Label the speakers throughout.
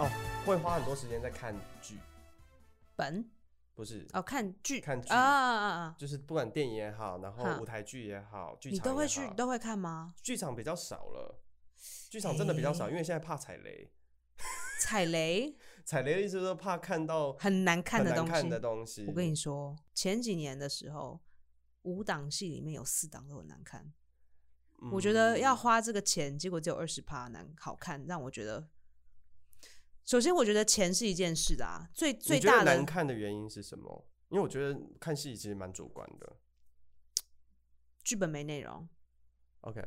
Speaker 1: 哦会花很多时间在看剧，
Speaker 2: 本
Speaker 1: 不是
Speaker 2: 哦，看剧
Speaker 1: 看剧
Speaker 2: 啊啊啊啊！
Speaker 1: 就是不管电影也好，然
Speaker 2: 哈
Speaker 1: 后舞台剧也好，剧
Speaker 2: 你
Speaker 1: 场
Speaker 2: 都
Speaker 1: 也
Speaker 2: 会去，
Speaker 1: 好
Speaker 2: 你都会看吗？
Speaker 1: 剧场比较少了，剧场真的比较少，
Speaker 2: 诶
Speaker 1: 因为现在怕踩雷。
Speaker 2: 踩雷
Speaker 1: 踩雷的意思就是怕看到
Speaker 2: 很难看
Speaker 1: 很
Speaker 2: 的
Speaker 1: 难
Speaker 2: 东西。
Speaker 1: 看的东西。
Speaker 2: 我跟你说，前几年的时候，五档戏里面有四档都很难看。
Speaker 1: 嗯
Speaker 2: 我觉得要花这个钱，结果只有二十趴难好看，让我觉得。首先，我觉得钱是一件事的啊，最最
Speaker 1: 你觉得
Speaker 2: 大的
Speaker 1: 难看的原因是什么？因为我觉得看戏其实蛮主观的。
Speaker 2: 剧本没内容。
Speaker 1: OK，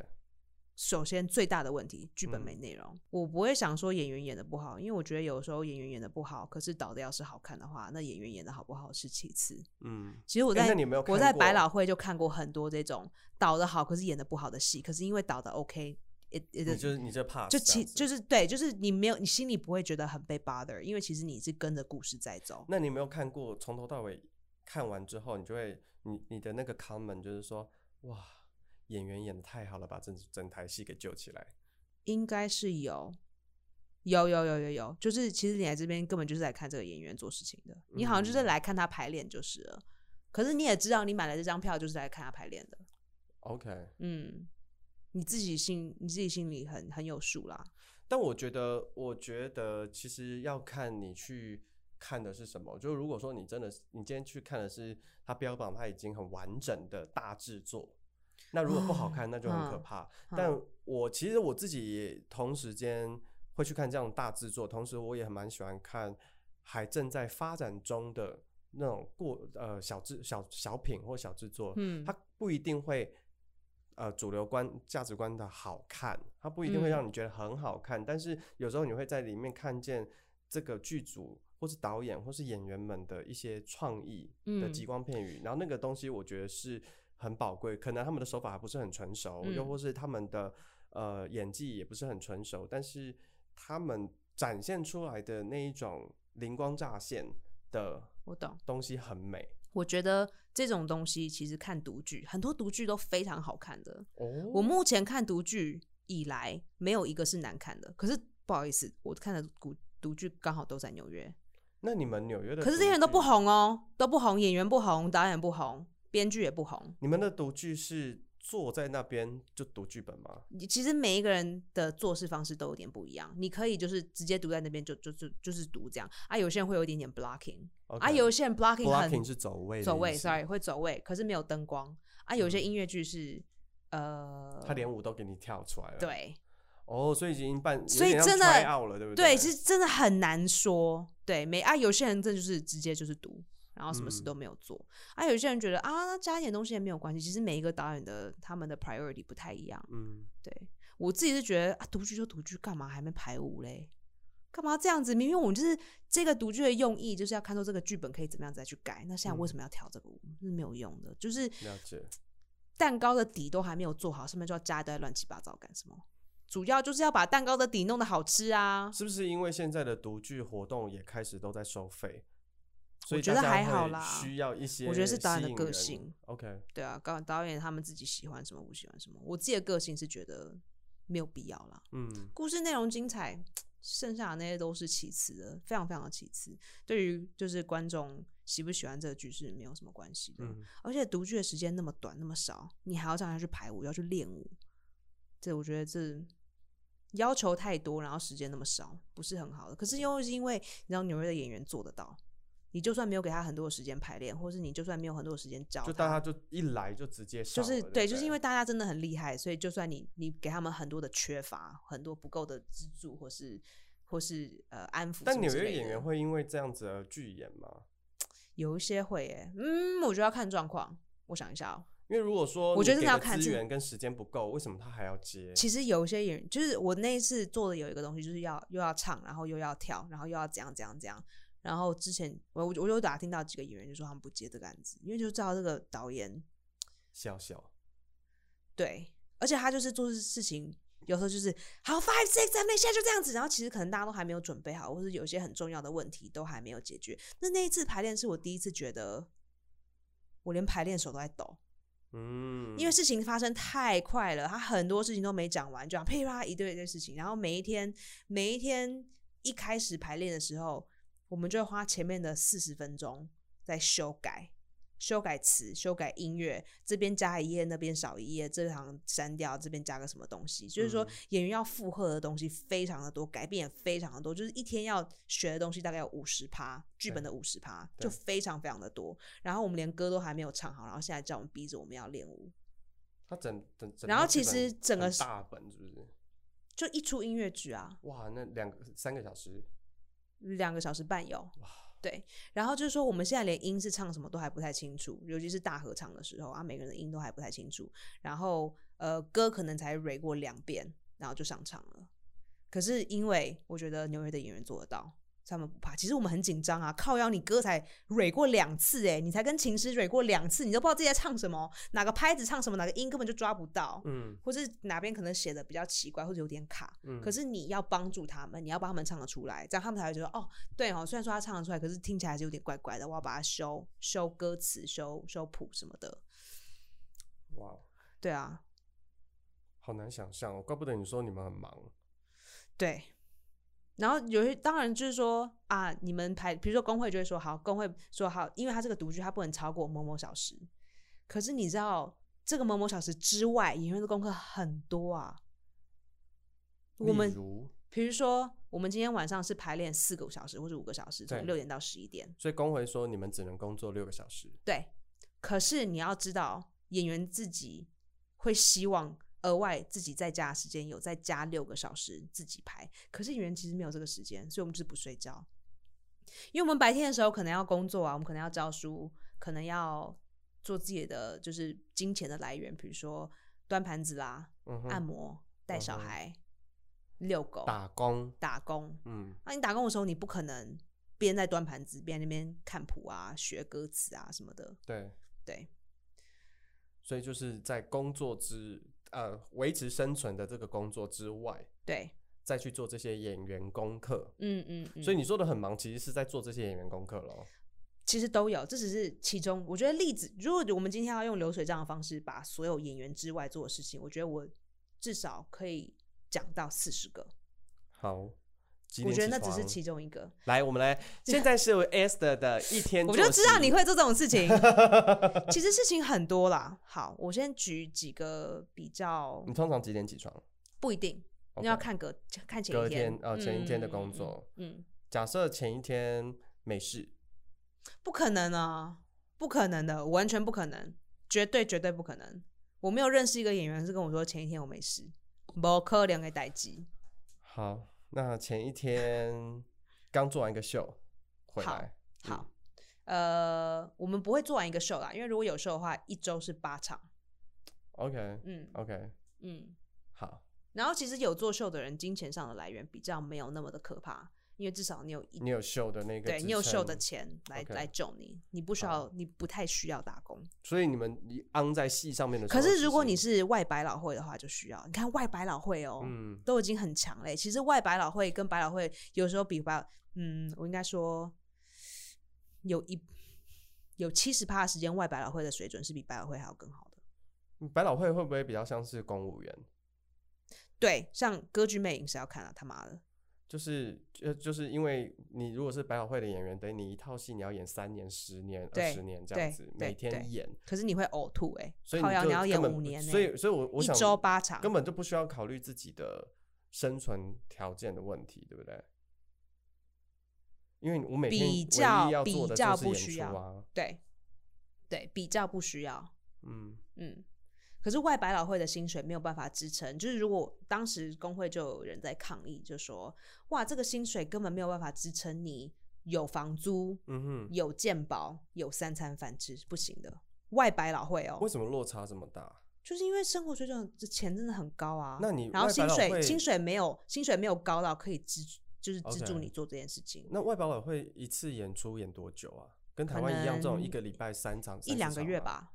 Speaker 2: 首先最大的问题，剧本
Speaker 1: 嗯
Speaker 2: 没内容。我不会想说演员演的不好，因为我觉得有时候演员演的不好，可是导的要是好看的话，那演员演的好不好是其次。
Speaker 1: 嗯，
Speaker 2: 其实我
Speaker 1: 诶
Speaker 2: 在、
Speaker 1: 那你有没有看
Speaker 2: 我在
Speaker 1: 过
Speaker 2: 百老汇就看过很多这种导的好，可是演的不好的戏，可是因为导的 OK，it, it
Speaker 1: 你就是你这怕
Speaker 2: 就其就是对，就是你没有，你心里不会觉得很被 bother，因为其实你是跟着故事在走。
Speaker 1: 那你有没有看过从头到尾看完之后，你就会你你的那个 comment 就是说哇，演员演的太好了，把整整台戏给救起来。
Speaker 2: 应该是有，有有有有有，就是其实你来这边根本就是来看这个演员做事情的，你好像就是
Speaker 1: 嗯
Speaker 2: 来看他排练就是了。可是你也知道，你买了这张票就是来看他排练的，
Speaker 1: OK，
Speaker 2: 嗯，你自己心你自己心里很很有数啦。
Speaker 1: 但我觉得，我觉得其实要看你去看的是什么。就如果说你真的是，你今天去看的是它标榜它已经很完整的大制作，那如果不好看，那就很可怕。
Speaker 2: 嗯
Speaker 1: 但我其实我自己也同时间会去看这样的大制作，同时我也蛮喜欢看还正在发展中的那种过呃小制小小品或小制作，
Speaker 2: 嗯
Speaker 1: 它不一定会呃主流观价值观的好看，它不一定会
Speaker 2: 嗯
Speaker 1: 让你觉得很好看，但是有时候你会在里面看见这个剧组或是导演或是演员们的一些创意的
Speaker 2: 嗯
Speaker 1: 极光片语，然后那个东西我觉得是很宝贵，可能他们的手法还不是很成熟，又
Speaker 2: 嗯
Speaker 1: 或是他们的呃演技也不是很成熟，但是他们展现出来的那一种灵光乍现的
Speaker 2: 我懂，
Speaker 1: 东西很美
Speaker 2: 我觉得这种东西其实看独剧，很多独剧都非常好看的。
Speaker 1: 哦。
Speaker 2: 我目前看独剧以来，没有一个是难看的。可是不好意思，我看的古独剧刚好都在纽约，
Speaker 1: 那你们纽约的，
Speaker 2: 可是这些人都不。红哦，都不红，演员不红，导演不红，编剧也不红。
Speaker 1: 你们的读剧是坐在那边就读剧本吗？
Speaker 2: 你其实每一个人的做事方式都有点不一样，你可以就是直接读在那边就就就就是读这样啊，有些人会有一点点 blocking，、啊，
Speaker 1: OK
Speaker 2: 有些人 blocking 很
Speaker 1: blocking 是走位的意思，
Speaker 2: 走位，sorry 会走位，可是没有灯光啊，有些
Speaker 1: 嗯
Speaker 2: 音乐剧是、呃，
Speaker 1: 他连舞都给你跳出来了。，
Speaker 2: 对
Speaker 1: 哦，所以已经办，
Speaker 2: 所以真的
Speaker 1: out 了，对不
Speaker 2: 对，
Speaker 1: 对，
Speaker 2: 其实真的很难说，对没啊，有些人这就是直接就是读。然后什么事
Speaker 1: 嗯
Speaker 2: 都没有做、啊！有些人觉得啊，那加一点东西也没有关系。其实每一个导演的他们的 priority 不太一样，
Speaker 1: 嗯，
Speaker 2: 对我自己是觉得啊，独居就独居，干嘛还没排舞嘞？干嘛这样子？明明我们就是这个独居的用意，就是要看出这个剧本可以怎么样再去改。那现在为什么要跳这个舞？是没有用的。就是
Speaker 1: 了解。
Speaker 2: 蛋糕的底都还没有做好，上面就要加一堆乱七八糟干什么？主要就是要把蛋糕的底弄得好吃啊！
Speaker 1: 是不是因为现在的读剧活动也开始都在收费？所以
Speaker 2: 觉
Speaker 1: 大
Speaker 2: 得
Speaker 1: 家
Speaker 2: 还好
Speaker 1: 会
Speaker 2: 啦
Speaker 1: 需要一些，
Speaker 2: 我觉得是导演的个性。
Speaker 1: OK，
Speaker 2: 对啊，导导演他们自己喜欢什么不喜欢什么，我自己的个性是觉得没有必要啦。
Speaker 1: 嗯，
Speaker 2: 故事内容精彩，剩下的那些都是其次的，非常非常的其次。对于就是观众喜不喜欢这个剧是没有什么关系的。
Speaker 1: 嗯
Speaker 2: 而且读剧的时间那么短那么少，你还要让他去排舞，要去练舞，这我觉得这要求太多，然后时间那么少，不是很好的。可是又是因为你知道纽约的演员做得到。你就算没有给他很多的时间排练，或是你就算没有很多的时间教
Speaker 1: 就大家就一来就直接
Speaker 2: 就
Speaker 1: 上了，
Speaker 2: 是
Speaker 1: 不
Speaker 2: 对，就是因为大家真的很厉害，所以就算你你给他们很多的缺乏，很多不够的资助，或是或是呃安抚，
Speaker 1: 但纽约演员，会因为这样子而拒演吗？
Speaker 2: 有一些会耶、嗯，我觉得要看状况。我想一下哦、
Speaker 1: 因为如果说
Speaker 2: 我觉得
Speaker 1: 你
Speaker 2: 真的要
Speaker 1: 给
Speaker 2: 看
Speaker 1: 资
Speaker 2: 是
Speaker 1: 源跟时间不够，为什么他还要接？
Speaker 2: 其实有一些演员，就是我那一次做的有一个东西，就是要又要唱，然后又要跳，然后又要怎样怎样怎样。然后之前我我就我有打听到几个演员就说他们不接这个案子，因为就知道这个导演
Speaker 1: 笑笑。
Speaker 2: 对，而且他就是做事情，有时候就是好 five six，咱们现在就这样子。然后其实可能大家都还没有准备好，或是有一些很重要的问题都还没有解决。那那一次排练是我第一次觉得，我连排练手都在抖，
Speaker 1: 嗯，
Speaker 2: 因为事情发生太快了，他很多事情都没讲完，就这样噼啪一堆一堆事情，然后每一天每一天一开始排练的时候，我们就会花前面的四十分钟在修改、修改词、修改音乐，这边加一页，那边少一页，这行删掉，这边加个什么东西。就是说
Speaker 1: 嗯，
Speaker 2: 演员要负荷的东西非常的多，改变也非常的多，就是一天要学的东西大概有五十趴，剧本的五十趴
Speaker 1: 对
Speaker 2: 就非常非常的多。然后我们连歌都还没有唱好，然后现在叫我们逼着我们要练舞，
Speaker 1: 他整整整，
Speaker 2: 然后其实整个
Speaker 1: 很
Speaker 2: 是
Speaker 1: 大本是不是？
Speaker 2: 就一出音乐剧啊，
Speaker 1: 哇，那两个三个小时，
Speaker 2: 两个小时半有
Speaker 1: 哇。
Speaker 2: 对，然后就是说，我们现在连音是唱什么都还不太清楚，尤其是大合唱的时候啊，每个人的音都还不太清楚。然后呃，歌可能才 re 过两遍，然后就上场了。可是因为我觉得纽约的演员做得到，他们不怕。其实我们很紧张啊，靠腰你歌才 re 过两次哎、你才跟琴师 re 过两次，你都不知道自己在唱什么，哪个拍子唱什么，哪个音根本就抓不到，
Speaker 1: 嗯
Speaker 2: 或是哪边可能写的比较奇怪，或者有点卡。
Speaker 1: 嗯，
Speaker 2: 可是你要帮助他们，你要帮他们唱得出来，这样他们才会觉得哦，对哦，虽然说他唱得出来，可是听起来还是有点怪怪的，我要把它修修歌词、修修谱什么的。
Speaker 1: 哇，
Speaker 2: 对啊，
Speaker 1: 好难想象哦，怪不得你说你们很忙。
Speaker 2: 对。然后有些当然就是说啊，你们排，比如说工会就会说好，工会说好，因为它这个独居，它不能超过某某小时。可是你知道，这个某某小时之外，演员的功课很多啊。我们
Speaker 1: 例如，
Speaker 2: 比如说，我们今天晚上是排练四个小时或者五个小时，从
Speaker 1: 对
Speaker 2: 六点到十一点。
Speaker 1: 所以工会说你们只能工作六个小时，
Speaker 2: 对，可是你要知道，演员自己会希望额外自己在家的时间有再加六个小时自己排，可是演员其实没有这个时间，所以我们就是不睡觉。因为我们白天的时候可能要工作啊，我们可能要教书，可能要做自己的就是金钱的来源，比如说端盘子啦、
Speaker 1: 嗯
Speaker 2: 按
Speaker 1: 哼，
Speaker 2: 摩、带小
Speaker 1: 嗯哼
Speaker 2: 孩、遛狗、
Speaker 1: 打工，
Speaker 2: 打工，
Speaker 1: 嗯，
Speaker 2: 那、你打工的时候，你不可能边在端盘子边在那边看谱啊、学歌词啊什么的，
Speaker 1: 对，
Speaker 2: 对。
Speaker 1: 所以就是在工作之呃维持生存的这个工作之外，
Speaker 2: 对，
Speaker 1: 再去做这些演员功课。
Speaker 2: 嗯嗯，嗯
Speaker 1: 所以你说的很忙，其实是在做这些演员功课咯。
Speaker 2: 其实都有，这只是其中。我觉得例子，如果我们今天要用流水账的方式把所有演员之外做的事情，我觉得我至少可以讲到四十个。
Speaker 1: 好，几
Speaker 2: 我
Speaker 1: 点
Speaker 2: 觉得那
Speaker 1: 起
Speaker 2: 只是
Speaker 1: 床
Speaker 2: 其中一个，
Speaker 1: 来，我们 来，现在是 Esther 的一天，
Speaker 2: 我就知道你。会做这种 事情。其实事情很多啦。好，我先举几个比较
Speaker 1: 你通常几点起床？
Speaker 2: 不一定，
Speaker 1: 嗯 OK
Speaker 2: 那要看隔看前
Speaker 1: 隔
Speaker 2: 一
Speaker 1: 天呃前一天的
Speaker 2: 嗯
Speaker 1: 工作。
Speaker 2: 嗯嗯嗯，
Speaker 1: 假设前一天没事，
Speaker 2: 不可能啊，不可能的，完全不可能，绝对绝对不可能。我没有认识一个演员是跟我说前一天我没事，不可能的代机。
Speaker 1: 好，那前一 天刚做完一个秀回
Speaker 2: 好
Speaker 1: 来，
Speaker 2: 好，呃，我们不会做完一个秀啦，因为如果有秀的话，一周是八场。
Speaker 1: OK
Speaker 2: 嗯
Speaker 1: OK，
Speaker 2: 嗯，
Speaker 1: 好，
Speaker 2: 然后其实有做秀的人，金钱上的来源比较没有那么的可怕，因为至少你有一
Speaker 1: 你有秀的那个，
Speaker 2: 对你有秀的，钱来
Speaker 1: OK
Speaker 2: 来救你，你不需要，你不太需要打工。
Speaker 1: 所以你们你昂在戏上面的时
Speaker 2: 可
Speaker 1: 候，
Speaker 2: 是如果
Speaker 1: 其
Speaker 2: 你
Speaker 1: 实
Speaker 2: 是外百老汇的话，就需要。你看外百老汇哦，
Speaker 1: 嗯
Speaker 2: 都已经很强嘞。其实外百老汇跟百老汇有时候比百，嗯，我应该说有一有七十趴的时间，外百老汇的水准是比百老汇还要更好的。
Speaker 1: 百老汇会不会比较像是公务员？
Speaker 2: 对，像《歌剧魅影》是要看啊，他妈的，
Speaker 1: 就是呃就就是因为你如果是百老汇的演员，等于你一套戏你要演三年、十年、二
Speaker 2: 对
Speaker 1: 十年这样
Speaker 2: 对
Speaker 1: 子，
Speaker 2: 对
Speaker 1: 每天
Speaker 2: 对
Speaker 1: 演，
Speaker 2: 可是你会呕吐哎、
Speaker 1: 所以
Speaker 2: 靠
Speaker 1: 你
Speaker 2: 腰
Speaker 1: 就
Speaker 2: 你要演
Speaker 1: 根本
Speaker 2: 五年、欸，
Speaker 1: 所以所以我我
Speaker 2: 一
Speaker 1: 想
Speaker 2: 周八场，
Speaker 1: 根本就不需要考虑自己的生存条件的问题，对不对？因为我每天
Speaker 2: 比
Speaker 1: 唯
Speaker 2: 较
Speaker 1: 一要
Speaker 2: 比
Speaker 1: 做的
Speaker 2: 较
Speaker 1: 就
Speaker 2: 不
Speaker 1: 是
Speaker 2: 需
Speaker 1: 演出
Speaker 2: 要
Speaker 1: 啊，
Speaker 2: 对对比较不需要，
Speaker 1: 嗯，
Speaker 2: 嗯，可是外百老汇的薪水没有办法支撑，就是如果当时工会就有人在抗议，就说哇，这个薪水根本没有办法支撑你有房租、
Speaker 1: 嗯哼，
Speaker 2: 有健保、有三餐饭吃，不行的。外百老汇
Speaker 1: 为
Speaker 2: 哦，
Speaker 1: 什么落差这么大？
Speaker 2: 就是因为生活水准这钱真的很高啊，
Speaker 1: 那你
Speaker 2: 然
Speaker 1: 外
Speaker 2: 后
Speaker 1: 百
Speaker 2: 薪
Speaker 1: 老
Speaker 2: 水
Speaker 1: 汇
Speaker 2: 薪水没有薪水没有高到可以支就是资助
Speaker 1: OK
Speaker 2: 你做这件事情。
Speaker 1: 那外百老汇一次演出演多久啊？跟台
Speaker 2: 可
Speaker 1: 湾一样，这种
Speaker 2: 能
Speaker 1: 一个礼拜三场、
Speaker 2: 一
Speaker 1: 三四
Speaker 2: 两个
Speaker 1: 场
Speaker 2: 月
Speaker 1: 吗，
Speaker 2: 吧，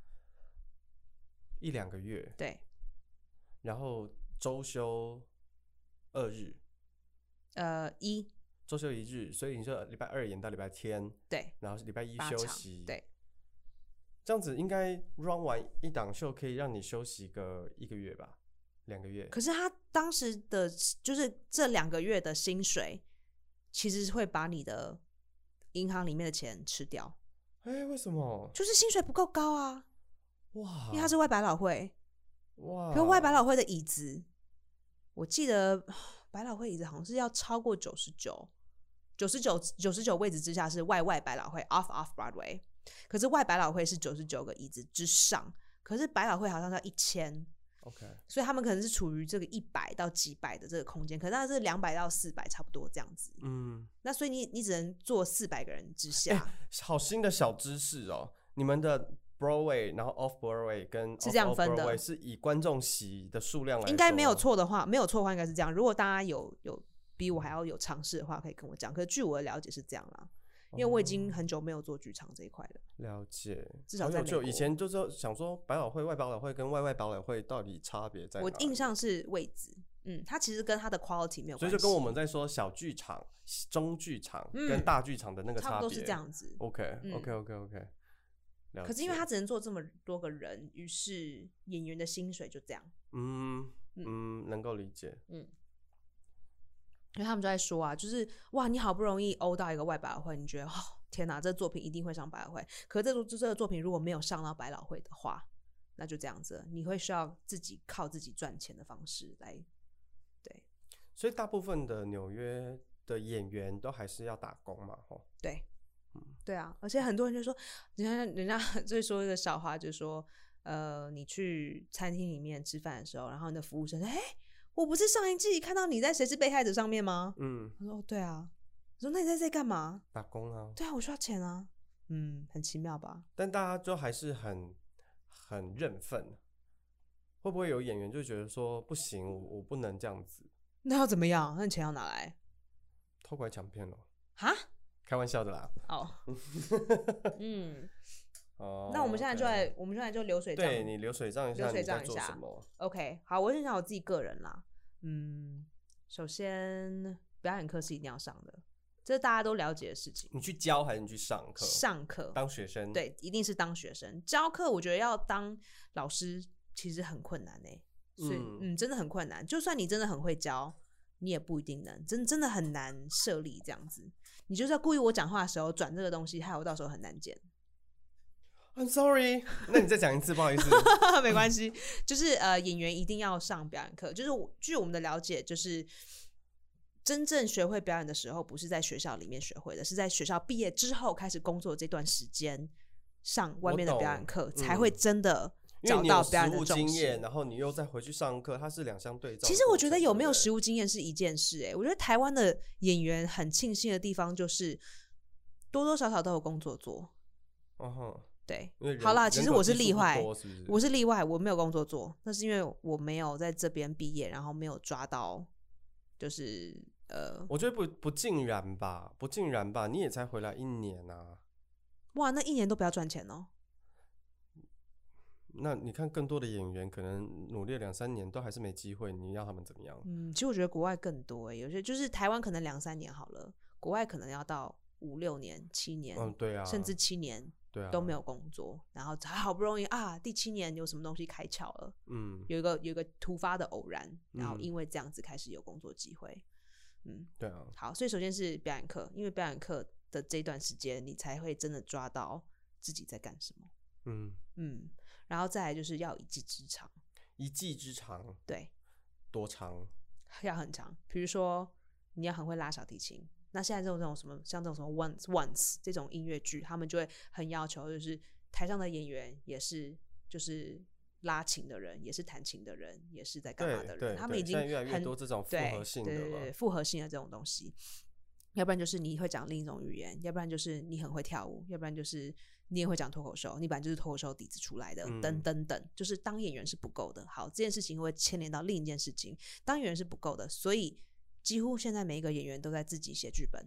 Speaker 1: 一两个月，
Speaker 2: 对，
Speaker 1: 然后周休二日，
Speaker 2: 呃，一
Speaker 1: 周休一日，所以你说礼拜二演到礼拜天，
Speaker 2: 对
Speaker 1: 然后礼拜一
Speaker 2: 八
Speaker 1: 休
Speaker 2: 场
Speaker 1: 息，
Speaker 2: 对，
Speaker 1: 这样子应该 run 完一档秀可以让你休息个一个月吧，两个月。
Speaker 2: 可是他当时的，就是这两个月的薪水其实会把你的银行里面的钱吃掉，
Speaker 1: 哎、为什么？
Speaker 2: 就是薪水不够高啊，
Speaker 1: 哇，
Speaker 2: 因为他是外百老汇，
Speaker 1: 哇，
Speaker 2: 可是
Speaker 1: 哦
Speaker 2: 外百老汇的椅子，我记得百老汇椅子好像是要超过九十九，九十九九十九位置之下是外外百老汇 off off Broadway，可是外百老汇是九十九个椅子之上，可是百老汇好像要一千，
Speaker 1: OK，
Speaker 2: 所以他们可能是处于这个一百到几百的这个空间，可是那是两百到四百差不多这样子。
Speaker 1: 嗯，
Speaker 2: 那所以你你只能坐四百个人之下，
Speaker 1: 好新的小知识哦，你们的。Broadway，然后 Off Broadway 跟
Speaker 2: 是这样
Speaker 1: off- off
Speaker 2: 分的
Speaker 1: Broadway 是以观众席的数量来，
Speaker 2: 应该没有。错的话，没有错的话应该是这样。如果大家有有比我还要有尝试的话，可以跟我讲。可是据我的了解是这样啦，因为我已经很久没有做剧场这一块了。
Speaker 1: 了解，
Speaker 2: 至少
Speaker 1: 好
Speaker 2: 在
Speaker 1: 有
Speaker 2: 美
Speaker 1: 就以
Speaker 2: 国
Speaker 1: 前就是想说百老汇、外百老汇跟外外百老汇到底差别在哪
Speaker 2: 我
Speaker 1: 里？
Speaker 2: 印象是位置，嗯，它其实跟它的 quality 没有
Speaker 1: 所
Speaker 2: 关
Speaker 1: 以就
Speaker 2: 系，
Speaker 1: 跟我们在说小剧场、中剧场跟
Speaker 2: 嗯
Speaker 1: 大剧场的那个
Speaker 2: 差
Speaker 1: 差别
Speaker 2: 不多是这。样子。
Speaker 1: OK
Speaker 2: 嗯
Speaker 1: OK OK OK，了
Speaker 2: 可是因为
Speaker 1: 解
Speaker 2: 它只能坐这么多个人，于是演员的薪水就这样。
Speaker 1: 嗯
Speaker 2: 嗯
Speaker 1: 嗯能够理解，
Speaker 2: 因为他们就在说啊，就是哇，你好不容易欧到一个外百老汇，你觉得哦天哪，这作品一定会上百老汇。可是这这这个作品如果没有上到百老汇的话，那就这样子了，你会需要自己靠自己赚钱的方式来。
Speaker 1: 所以大部分的纽约的演员都还是要打工嘛，吼，
Speaker 2: 对，对啊，而且很多人就说，人家 人家就说一个笑话，就说呃，你去餐厅里面吃饭的时候，然后你的服务生说，哎、我不是上一季看到你在《谁是被害者》上面吗？
Speaker 1: 嗯，
Speaker 2: 他说，哦，对啊。我说，那你在这干嘛？
Speaker 1: 打工啊，
Speaker 2: 对啊，我需要钱啊。嗯，很奇妙吧？
Speaker 1: 但大家就还是很很认份。会不会有演员就觉得说不行，我我不能这样子
Speaker 2: 那要怎么样？那你钱要哪来？
Speaker 1: 偷拐抢骗哦？
Speaker 2: 哈？
Speaker 1: 开玩笑的啦。
Speaker 2: 哦， 嗯，
Speaker 1: 哦，
Speaker 2: 那我们现在就
Speaker 1: OK
Speaker 2: 来，我们现在就流水账。
Speaker 1: 对你流水账一下，
Speaker 2: 流水
Speaker 1: 你在
Speaker 2: 账一
Speaker 1: 做
Speaker 2: 下
Speaker 1: 什么？
Speaker 2: OK，好，我先讲我自己个人啦。嗯，首先表演课是一定要上的，这是大家都了解的事情。
Speaker 1: 你去教还是你去上课？
Speaker 2: 上课，
Speaker 1: 当学生？，
Speaker 2: 对，一定是当学生教课。我觉得要当老师其实很困难呢、所以
Speaker 1: 嗯
Speaker 2: 嗯真的很困难。就算你真的很会教，你也不一定能，真真的很难设立这样子。你就是要故意我讲话的时候转这个东西，害我到时候很难剪。
Speaker 1: I'm sorry，那你再讲一次，不好意 思。
Speaker 2: 没关系，就是呃，演员一定要上表演课。就是我据我们的了解，就是真正学会表演的时候，不是在学校里面学会的，是在学校毕业之后开始工作这段时间上外面的
Speaker 1: 我懂
Speaker 2: 表演课，
Speaker 1: 嗯
Speaker 2: 才会真的
Speaker 1: 因为
Speaker 2: 找
Speaker 1: 你有
Speaker 2: 到
Speaker 1: 实
Speaker 2: 表演
Speaker 1: 务
Speaker 2: 的重
Speaker 1: 经验，
Speaker 2: 心。
Speaker 1: 然后你又再回去上课，它是两相对照的过程。
Speaker 2: 其实我觉得有没有
Speaker 1: 对不对
Speaker 2: 实务经验是一件事、欸，我觉得台湾的演员很庆幸的地方就是多多少少都有工作做。
Speaker 1: 嗯哼，
Speaker 2: 对
Speaker 1: 因为，人
Speaker 2: 好啦，
Speaker 1: 人
Speaker 2: 其实
Speaker 1: 口
Speaker 2: 我是
Speaker 1: 基数
Speaker 2: 例
Speaker 1: 不
Speaker 2: 外，
Speaker 1: 多是不是
Speaker 2: 我是例外，我没有工作做，那是因为我没有在这边毕业，然后没有抓到，就是呃，
Speaker 1: 我觉得不不尽然吧，不尽然吧，你也才回来一年啊。
Speaker 2: 哇，那一年都不要赚钱哦。
Speaker 1: 那你看，更多的演员可能努力两三年都还是没机会，你要他们怎么样？
Speaker 2: 嗯，其实我觉得国外更多、欸，有些就是台湾可能两三年好了，国外可能要到五六年、七年，
Speaker 1: 嗯，对啊，
Speaker 2: 甚至七年
Speaker 1: 对啊
Speaker 2: 都没有工作，然后才好不容易啊，第七年有什么东西开窍了，
Speaker 1: 嗯，
Speaker 2: 有一个有一个突发的偶然，然后
Speaker 1: 嗯
Speaker 2: 因为这样子开始有工作机会，嗯
Speaker 1: 对啊，
Speaker 2: 好，所以首先是表演课，因为表演课的这段时间，你才会真的抓到自己在干什么。
Speaker 1: 嗯，
Speaker 2: 嗯，然后再来就是要有一技之长，
Speaker 1: 一技之长
Speaker 2: 对，
Speaker 1: 多长？
Speaker 2: 要很长。比如说你要很会拉小提琴，那现在这种这种什么像这种什么 once once 这种音乐剧，他们就会很要求，就是台上的演员也是就是拉琴的人，也是弹琴的人，也是在干嘛的
Speaker 1: 对对，
Speaker 2: 人，他们
Speaker 1: 对
Speaker 2: 已经
Speaker 1: 现在越来越
Speaker 2: 很
Speaker 1: 多这种复
Speaker 2: 对
Speaker 1: 合性的
Speaker 2: 对对
Speaker 1: 了
Speaker 2: 对，对复合性的这种东西。要不然就是你会讲另一种语言，要不然就是你很会跳舞，要不然就是你也会讲脱口秀，你本来就是脱口秀底子出来的，
Speaker 1: 嗯
Speaker 2: 等等等，就是当演员是不够的。好，这件事情会牵连到另一件事情，当演员是不够的，所以几乎现在每一个演员都在自己写剧本，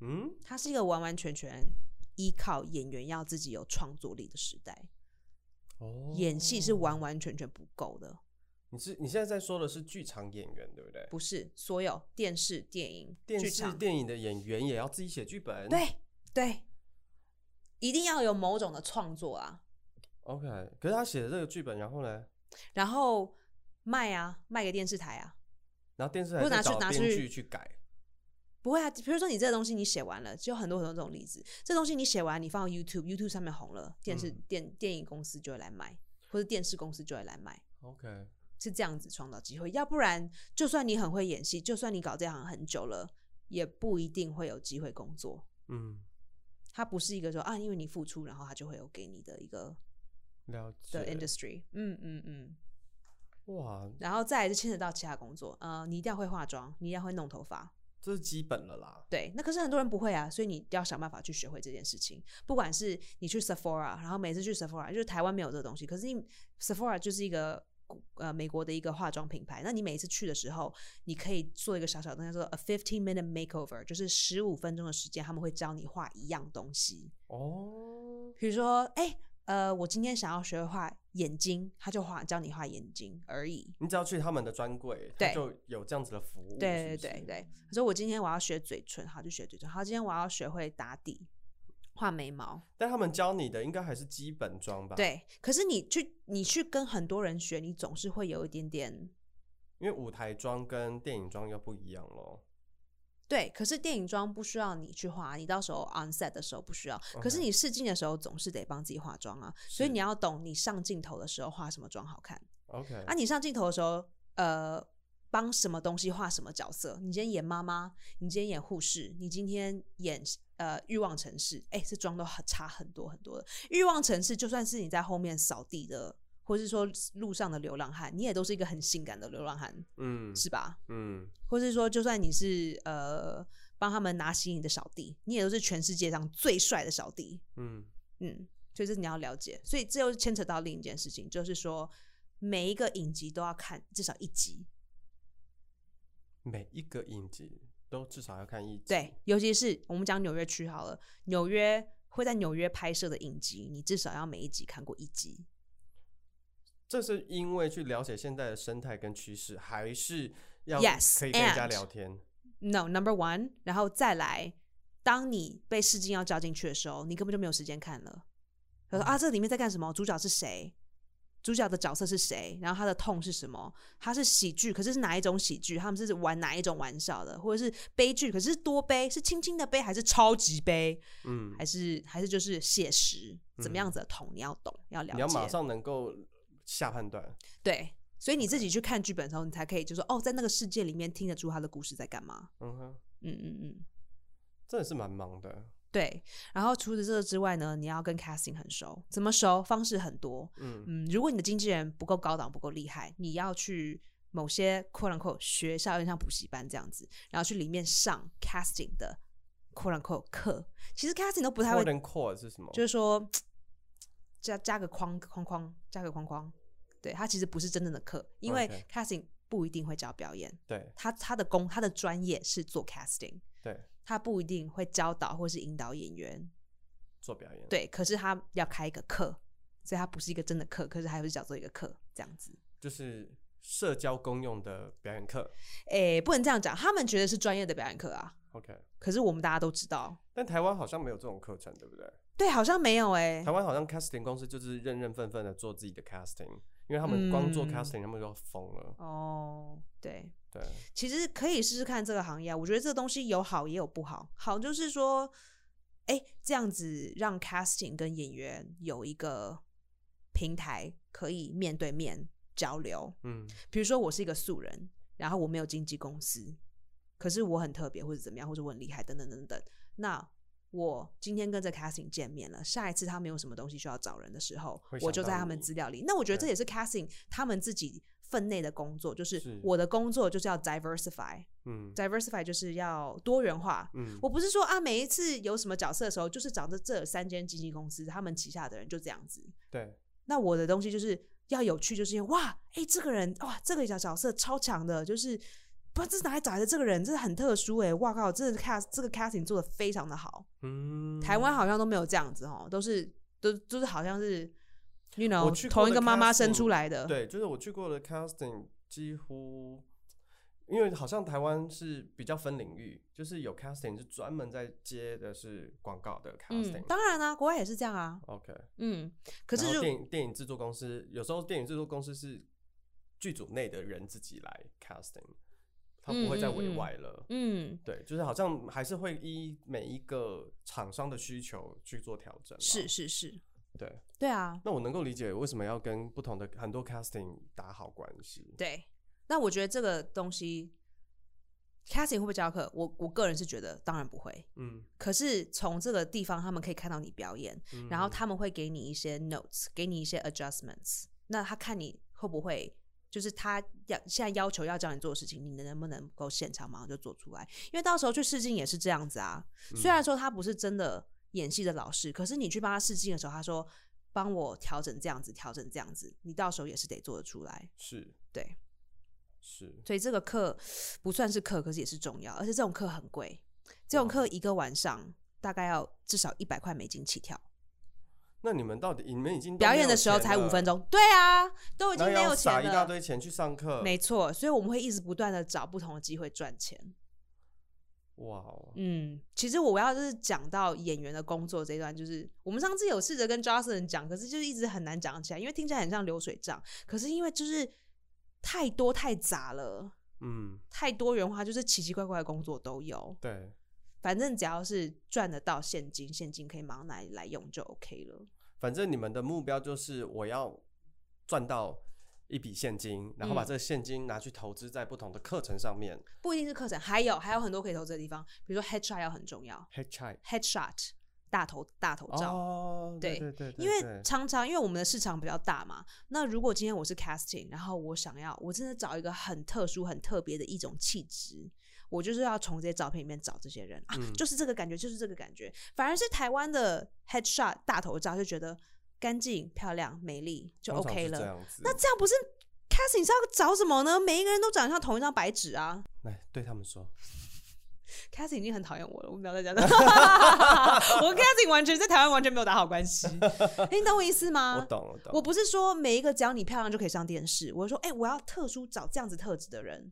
Speaker 1: 嗯，
Speaker 2: 它是一个完完全全依靠演员要自己有创作力的时代，
Speaker 1: 哦，
Speaker 2: 演戏是完完全全不够的。
Speaker 1: 你是你现在在说的是剧场演员对不对？
Speaker 2: 不是所有电视、电影、
Speaker 1: 电
Speaker 2: 剧
Speaker 1: 视
Speaker 2: 场
Speaker 1: 电影的演员也要自己写剧本。
Speaker 2: 对对，一定要有某种的创作啊，
Speaker 1: ，OK。可是他写的这个剧本，然后呢，
Speaker 2: 然后卖啊，卖给电视台啊。
Speaker 1: 然后电视
Speaker 2: 不
Speaker 1: 台再
Speaker 2: 是拿去
Speaker 1: 找
Speaker 2: 拿
Speaker 1: 编
Speaker 2: 去
Speaker 1: 剧去改。
Speaker 2: 不会啊，比如说你这个东西你写完了，就有很多很多这种例子。这东西你写完，你放到 YouTube，YouTube 上面红了，电视、
Speaker 1: 嗯
Speaker 2: 电电影公司就会来买，或者电视公司就会来买，
Speaker 1: OK，
Speaker 2: 是这样子创造机会。要不然，就算你很会演戏，就算你搞这行很久了，也不一定会有机会工作。
Speaker 1: 嗯，
Speaker 2: 它不是一个说啊，因为你付出，然后它就会有给你的一个
Speaker 1: 了
Speaker 2: 的
Speaker 1: 解。
Speaker 2: industry。嗯嗯嗯。
Speaker 1: 哇，
Speaker 2: 然后再来就牵扯到其他工作，呃，你一定要会化妆，你一定要会弄头发，
Speaker 1: 这是基本了啦。
Speaker 2: 对，那可是很多人不会啊，所以你要想办法去学会这件事情。不管是你去 Sephora，然后每次去 Sephora，就是台湾没有这个东西，可是你 Sephora 就是一个古呃美国的一个化妆品牌，那你每一次去的时候，你可以做一个小小的东西，叫做 a fifteen minute makeover，就是十五分钟的时间，他们会教你画一样东西。
Speaker 1: 哦，
Speaker 2: 比如说，哎、呃，我今天想要学画眼睛，他就画教你画眼睛而已。
Speaker 1: 你只要去他们的专柜，它
Speaker 2: 对
Speaker 1: 就有这样子的服务。
Speaker 2: 对对
Speaker 1: 哦是不
Speaker 2: 对
Speaker 1: 是，
Speaker 2: 对，他说我今天我要学嘴唇，好就学嘴唇，好今天我要学会打底、画眉毛。
Speaker 1: 但他们教你的应该还是基本装吧？，
Speaker 2: 对，可是你去你去跟很多人学，你总是会有一点点
Speaker 1: 因为舞台妆跟电影妆又不一样咯。
Speaker 2: 对。可是电影妆不需要你去化，你到时候 on set 的时候不需要，可是
Speaker 1: OK
Speaker 2: 你试镜的时候总是得帮自己化妆啊，所以
Speaker 1: 是
Speaker 2: 你要懂你上镜头的时候化什么妆好看
Speaker 1: OK，
Speaker 2: 啊。你上镜头的时候，呃。帮什么东西画什么角色？你今天演妈妈，你今天演护士，你今天演呃欲望城市，哎、这妆都很差很多很多的。欲望城市就算是你在后面扫地的，或是说路上的流浪汉，你也都是一个很性感的流浪汉，
Speaker 1: 嗯
Speaker 2: 是吧？
Speaker 1: 嗯，
Speaker 2: 或是说，就算你是呃帮他们拿行李的小弟，你也都是全世界上最帅的小弟，
Speaker 1: 嗯，
Speaker 2: 嗯，所以这你要了解。所以这又牵扯到另一件事情，就是说每一个影集都要看至少一集，
Speaker 1: 每一个影集都至少要看一集。
Speaker 2: 对，尤其是我们讲纽约区好了，纽约会在纽约拍摄的影集，你至少要每一集看过一集。
Speaker 1: 这是因为去了解现在的生态跟趋势，还是要
Speaker 2: Yes,
Speaker 1: 可以跟人家
Speaker 2: and-
Speaker 1: 聊天
Speaker 2: No number one，然后再来，当你被试镜要交进去的时候，你根本就没有时间看了。
Speaker 1: 嗯
Speaker 2: 他说、啊，这里面在干什么？主角是谁？主角的角色是谁？然后他的痛是什么？他是喜剧，可是是哪一种喜剧？他们是玩哪一种玩笑的？或者是悲剧？可是是多悲，是轻轻的悲，还是超级悲？
Speaker 1: 嗯，
Speaker 2: 还是还是就是写实？怎么
Speaker 1: 嗯
Speaker 2: 样子的痛？你要懂，要了解。
Speaker 1: 你要马上能够下判断。
Speaker 2: 对，所以你自己去看剧本的时候，你才可以就说哦，在那个世界里面听得出他的故事在干嘛。
Speaker 1: 嗯哼，
Speaker 2: 嗯嗯嗯，
Speaker 1: 真的是蛮忙的。
Speaker 2: 对。然后除此这个之外呢，你要跟 casting 很熟，怎么熟？方式很多。
Speaker 1: 嗯，
Speaker 2: 嗯，如果你的经纪人不够高档、不够厉害，你要去某些 “quote unquote” 学校，有点像补习班这样子，然后去里面上 casting 的 “quote unquote” 课。其实 casting 都不太
Speaker 1: o r
Speaker 2: 会
Speaker 1: a n core 是什么？
Speaker 2: 就是说加加个框框框，加个框框，对，它其实不是真正的课，因为
Speaker 1: OK
Speaker 2: casting 不一定会教表演，
Speaker 1: 对
Speaker 2: 他他的工他的专业是做 casting，
Speaker 1: 对，
Speaker 2: 他不一定会教导或是引导演员，
Speaker 1: 做表演。，
Speaker 2: 对，可是他要开一个课，所以他不是一个真的课，可是还是叫做一个课这样子。
Speaker 1: 就是社交公用的表演课。
Speaker 2: 诶，不能这样讲，他们觉得是专业的表演课啊，
Speaker 1: OK，
Speaker 2: 可是我们大家都知道，
Speaker 1: 但台湾好像没有这种课程，对不对？
Speaker 2: 对，好像没有诶。
Speaker 1: 台湾好像 casting 公司就是认认份份的做自己的 casting，因为他们光做
Speaker 2: 嗯
Speaker 1: casting，、他们就疯了。
Speaker 2: 哦，对，
Speaker 1: 对，
Speaker 2: 其实可以试试看这个行业啊，我觉得这个东西有好也有不好。好就是说，哎、这样子让 casting 跟演员有一个平台可以面对面交流。
Speaker 1: 嗯
Speaker 2: 比如说，我是一个素人，然后我没有经纪公司，可是我很特别，或者怎么样，或者我很厉害，等等等等。那我今天跟这 casting 见面了，下一次他们有什么东西需要找人的时候
Speaker 1: 会，想
Speaker 2: 我就在
Speaker 1: 到
Speaker 2: 他们
Speaker 1: 你
Speaker 2: 资料里。那我觉得
Speaker 1: 对
Speaker 2: 这也是 casting 他们自己分内的工作，就是
Speaker 1: 是
Speaker 2: 我的工作就是要 diversify，diversify
Speaker 1: 嗯
Speaker 2: 就是要多元化。
Speaker 1: 嗯，
Speaker 2: 我不是说啊，每一次有什么角色的时候，就是找这这三间经纪公司，他们旗下的人就这样子。
Speaker 1: 对，
Speaker 2: 那我的东西就是要有趣，就是因为哇，哎、这个人哇，这个角角色超强的，就是不知道这是哪里找来的这个人，真的很特殊哎、哇靠，这个 cast 这个 casting 做的非常的好，
Speaker 1: 嗯，
Speaker 2: 台湾好像都没有这样子哦，都是都就是好像是
Speaker 1: 我
Speaker 2: ，you know，
Speaker 1: 去过
Speaker 2: 同一
Speaker 1: 的
Speaker 2: 个妈妈生
Speaker 1: casting，
Speaker 2: 出来的，
Speaker 1: 对，就是我去过的 casting 几乎，因为好像台湾是比较分领域，就是有 casting 是专门在接的是广告的 casting，、
Speaker 2: 嗯，当然啦、国外也是这样啊，
Speaker 1: OK，
Speaker 2: 嗯，可
Speaker 1: 然
Speaker 2: 是
Speaker 1: 后
Speaker 2: 就
Speaker 1: 电影电影制作公司有时候电影制作公司是剧组内的人自己来 casting，它不会再
Speaker 2: 嗯嗯
Speaker 1: 委
Speaker 2: 嗯
Speaker 1: 外了。
Speaker 2: 嗯，
Speaker 1: 对，就是好像还是会依每一个厂商的需求去做调整。
Speaker 2: 是，是是，
Speaker 1: 对。
Speaker 2: 对啊，
Speaker 1: 那我能够理解为什么要跟不同的很多 casting 打好关系。
Speaker 2: 对。那我觉得这个东西，casting 会不会教课？我我个人是觉得当然不会。
Speaker 1: 嗯，
Speaker 2: 可是从这个地方，他们可以看到你表演，
Speaker 1: 嗯
Speaker 2: 然后他们会给你一些 notes，给你一些 adjustments。那他看你会不会，就是他要现在要求要叫你做的事情，你能不能够现场马上就做出来？因为到时候去试镜也是这样子啊。虽然说他不是真的演戏的老师，可是你去帮他试镜的时候，他说帮我调整这样子，调整这样子，你到时候也是得做得出来。
Speaker 1: 是
Speaker 2: 对，
Speaker 1: 是，
Speaker 2: 所以这个课不算是课，可是也是重要，而且这种课很贵，这种课一个晚上大概要至少一百块美金起跳。
Speaker 1: 那你们到底你们已经都
Speaker 2: 表
Speaker 1: 没
Speaker 2: 演
Speaker 1: 有
Speaker 2: 的时候
Speaker 1: 钱
Speaker 2: 才
Speaker 1: 了
Speaker 2: 五分，钟，对啊，都已经
Speaker 1: 那
Speaker 2: 没
Speaker 1: 要
Speaker 2: 有
Speaker 1: 撒
Speaker 2: 钱
Speaker 1: 一大
Speaker 2: 了，
Speaker 1: 堆钱去上课，
Speaker 2: 没错，所以我们会一直不断的找不同的机会赚钱。
Speaker 1: 哇哦，
Speaker 2: 嗯，其实我要就是讲到演员的工作这一段，就是我们上次有试着跟 Jocelyn 讲，可是就是一直很难讲起来，因为听起来很像流水账，可是因为就是太多太杂了，
Speaker 1: 嗯，
Speaker 2: 太多元化，就是奇奇怪怪的工作都有。
Speaker 1: 对。
Speaker 2: 反正只要是赚得到现金，现金可以马上拿来用就 OK 了。
Speaker 1: 反正你们的目标就是我要赚到一笔现金，然后把
Speaker 2: 嗯
Speaker 1: 这个现金拿去投资在不同的课程上面。
Speaker 2: 不一定是课程，还有还有很多可以投资的地方，比如说 headshot 要很重要。
Speaker 1: Head check
Speaker 2: headshot 大头大头照。
Speaker 1: 哦，对对对
Speaker 2: 对
Speaker 1: 对，
Speaker 2: 因为
Speaker 1: 对
Speaker 2: 常常因为我们的市场比较大嘛，那如果今天我是 casting，然后我想要我真的找一个很特殊、很特别的一种气质，我就是要从这些照片里面找这些人啊，
Speaker 1: 嗯
Speaker 2: 就是这个感觉，就是这个感觉。反而是台湾的 headshot 大头照就觉得干净、漂亮、美丽就
Speaker 1: 通常
Speaker 2: OK
Speaker 1: 是这
Speaker 2: 了。
Speaker 1: 样子，
Speaker 2: 那这样不是 casting 是要找什么呢？每一个人都长得像同一张白纸啊。
Speaker 1: 来哎对他们说，
Speaker 2: Cassie 已经很讨厌我了，我们不要再 讲了。 我跟 Cassie 完全在台湾完全没有打好关 系，诶你懂我意思吗？
Speaker 1: 我懂我懂。
Speaker 2: 啊我不是说每一个只要你漂亮就可以上电视，我是说，哎、我要特殊找这样子特质的人。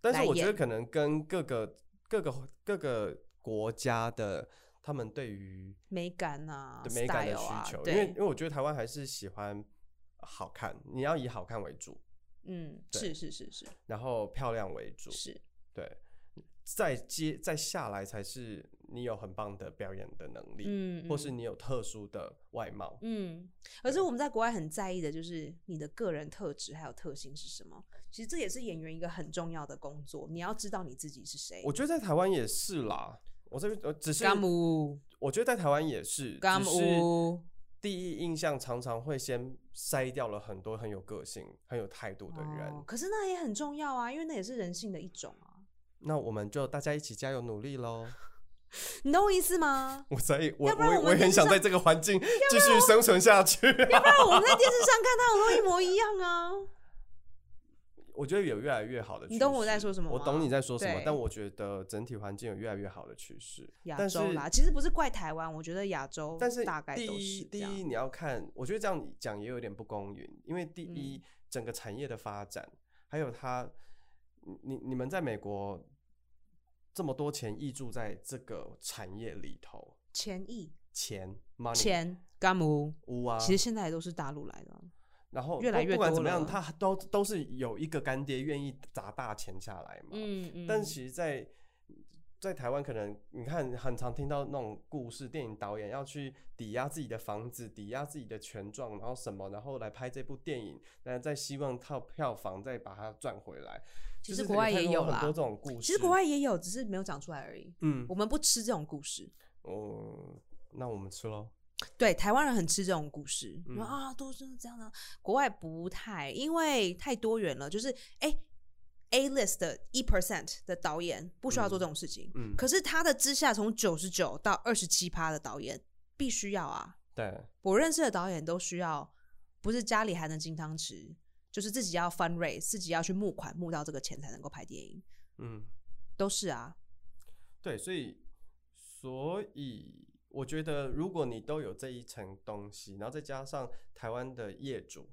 Speaker 1: 但是
Speaker 2: 来
Speaker 1: 我觉
Speaker 2: 演
Speaker 1: 得可能跟各个各个各个国家的他们对于
Speaker 2: 美感啊
Speaker 1: 对美感的
Speaker 2: style
Speaker 1: 需
Speaker 2: 啊
Speaker 1: 求，因为
Speaker 2: 对
Speaker 1: 因，为我觉得台湾还是喜欢好看，你要以好看为主，
Speaker 2: 嗯，
Speaker 1: 对
Speaker 2: 是是是是
Speaker 1: 然后漂亮为主，
Speaker 2: 是，
Speaker 1: 对，再接再下来才是你有很棒的表演的能力，
Speaker 2: 嗯，
Speaker 1: 或是
Speaker 2: 嗯
Speaker 1: 你有特殊的外貌，
Speaker 2: 嗯，可是我们在国外很在意的就是你的个人特质还有特性是什么。其实这也是演员一个很重要的工作，你要知道你自己是谁
Speaker 1: 我。觉得在台湾也是啦。我这边呃只是
Speaker 2: 干姆，
Speaker 1: 我觉得在台湾也是，
Speaker 2: 干
Speaker 1: 只是
Speaker 2: 乌
Speaker 1: 第一印象常常会先筛掉了很多很有个性、很有态度的人。
Speaker 2: 哦。可是那也很重要啊，因为那也是人性的一种 啊，
Speaker 1: 那我们就大家一起加油努力喽！？
Speaker 2: 你懂我意思吗
Speaker 1: 我所以，我
Speaker 2: 要不然
Speaker 1: 我
Speaker 2: 我
Speaker 1: 我
Speaker 2: 们
Speaker 1: 也很
Speaker 2: 就
Speaker 1: 想
Speaker 2: 像
Speaker 1: 在这个环境继续生存下去、
Speaker 2: 要不然我们在电视上看他们都一模一样啊。
Speaker 1: 我觉得有越来越好的趋势，
Speaker 2: 你懂我在说什么
Speaker 1: 我
Speaker 2: 吗
Speaker 1: 懂你在说什么，
Speaker 2: 对
Speaker 1: 但我觉得整体环境有越来越好的趋势。
Speaker 2: 亚
Speaker 1: 但是
Speaker 2: 洲啦，其实不是怪台湾，我觉得亚洲
Speaker 1: 但是
Speaker 2: 大概
Speaker 1: 第
Speaker 2: 都
Speaker 1: 一，
Speaker 2: 是
Speaker 1: 第
Speaker 2: 这样
Speaker 1: 一你要看，我觉得这样讲也有点不公允，因为第
Speaker 2: 嗯
Speaker 1: 一，整个产业的发展，还有它，你你你们在美国这么多钱溢注在这个产业里头，
Speaker 2: 钱亿
Speaker 1: 钱 money
Speaker 2: 钱干姆，
Speaker 1: 屋啊，
Speaker 2: 其实现在也都是大陆来的啊。
Speaker 1: 然后
Speaker 2: 越来
Speaker 1: 不
Speaker 2: 越
Speaker 1: 不管
Speaker 2: 多
Speaker 1: 怎么样，
Speaker 2: 了
Speaker 1: 他都都是有一个干爹愿意砸大钱下来嘛，
Speaker 2: 嗯嗯
Speaker 1: 但其实在，在台湾，可能你看很常听到那种故事，电影导演要去抵押自己的房子，抵押自己的权状，然后什么，然后来拍这部电影，那再希望靠票房再把它赚回来。
Speaker 2: 其
Speaker 1: 就是
Speaker 2: 实国外
Speaker 1: 你看
Speaker 2: 也
Speaker 1: 过
Speaker 2: 有
Speaker 1: 很
Speaker 2: 啦
Speaker 1: 多这种故事。
Speaker 2: 其实国，外也有，只是没有讲出来而已。
Speaker 1: 嗯
Speaker 2: 我，们不吃这种故事，
Speaker 1: 哦，那我们吃喽。
Speaker 2: 对台湾人很吃这种故事，
Speaker 1: 嗯
Speaker 2: 说啊，都是这样的、国外不太，因为太多元了，就是哎、a list 的一 percent 的导演不需要做这种事情，
Speaker 1: 嗯嗯
Speaker 2: 可是他的之下从九十九到二十七趴的导演必须要啊，
Speaker 1: 对，
Speaker 2: 我认识的导演都需要，不是家里还能金汤匙，就是自己要 fundraise，自己要去募款，募到这个钱才能够拍电影，
Speaker 1: 嗯，
Speaker 2: 都是啊，
Speaker 1: 对，所以，所以我觉得，如果你都有这一层东西，然后再加上台湾的业主，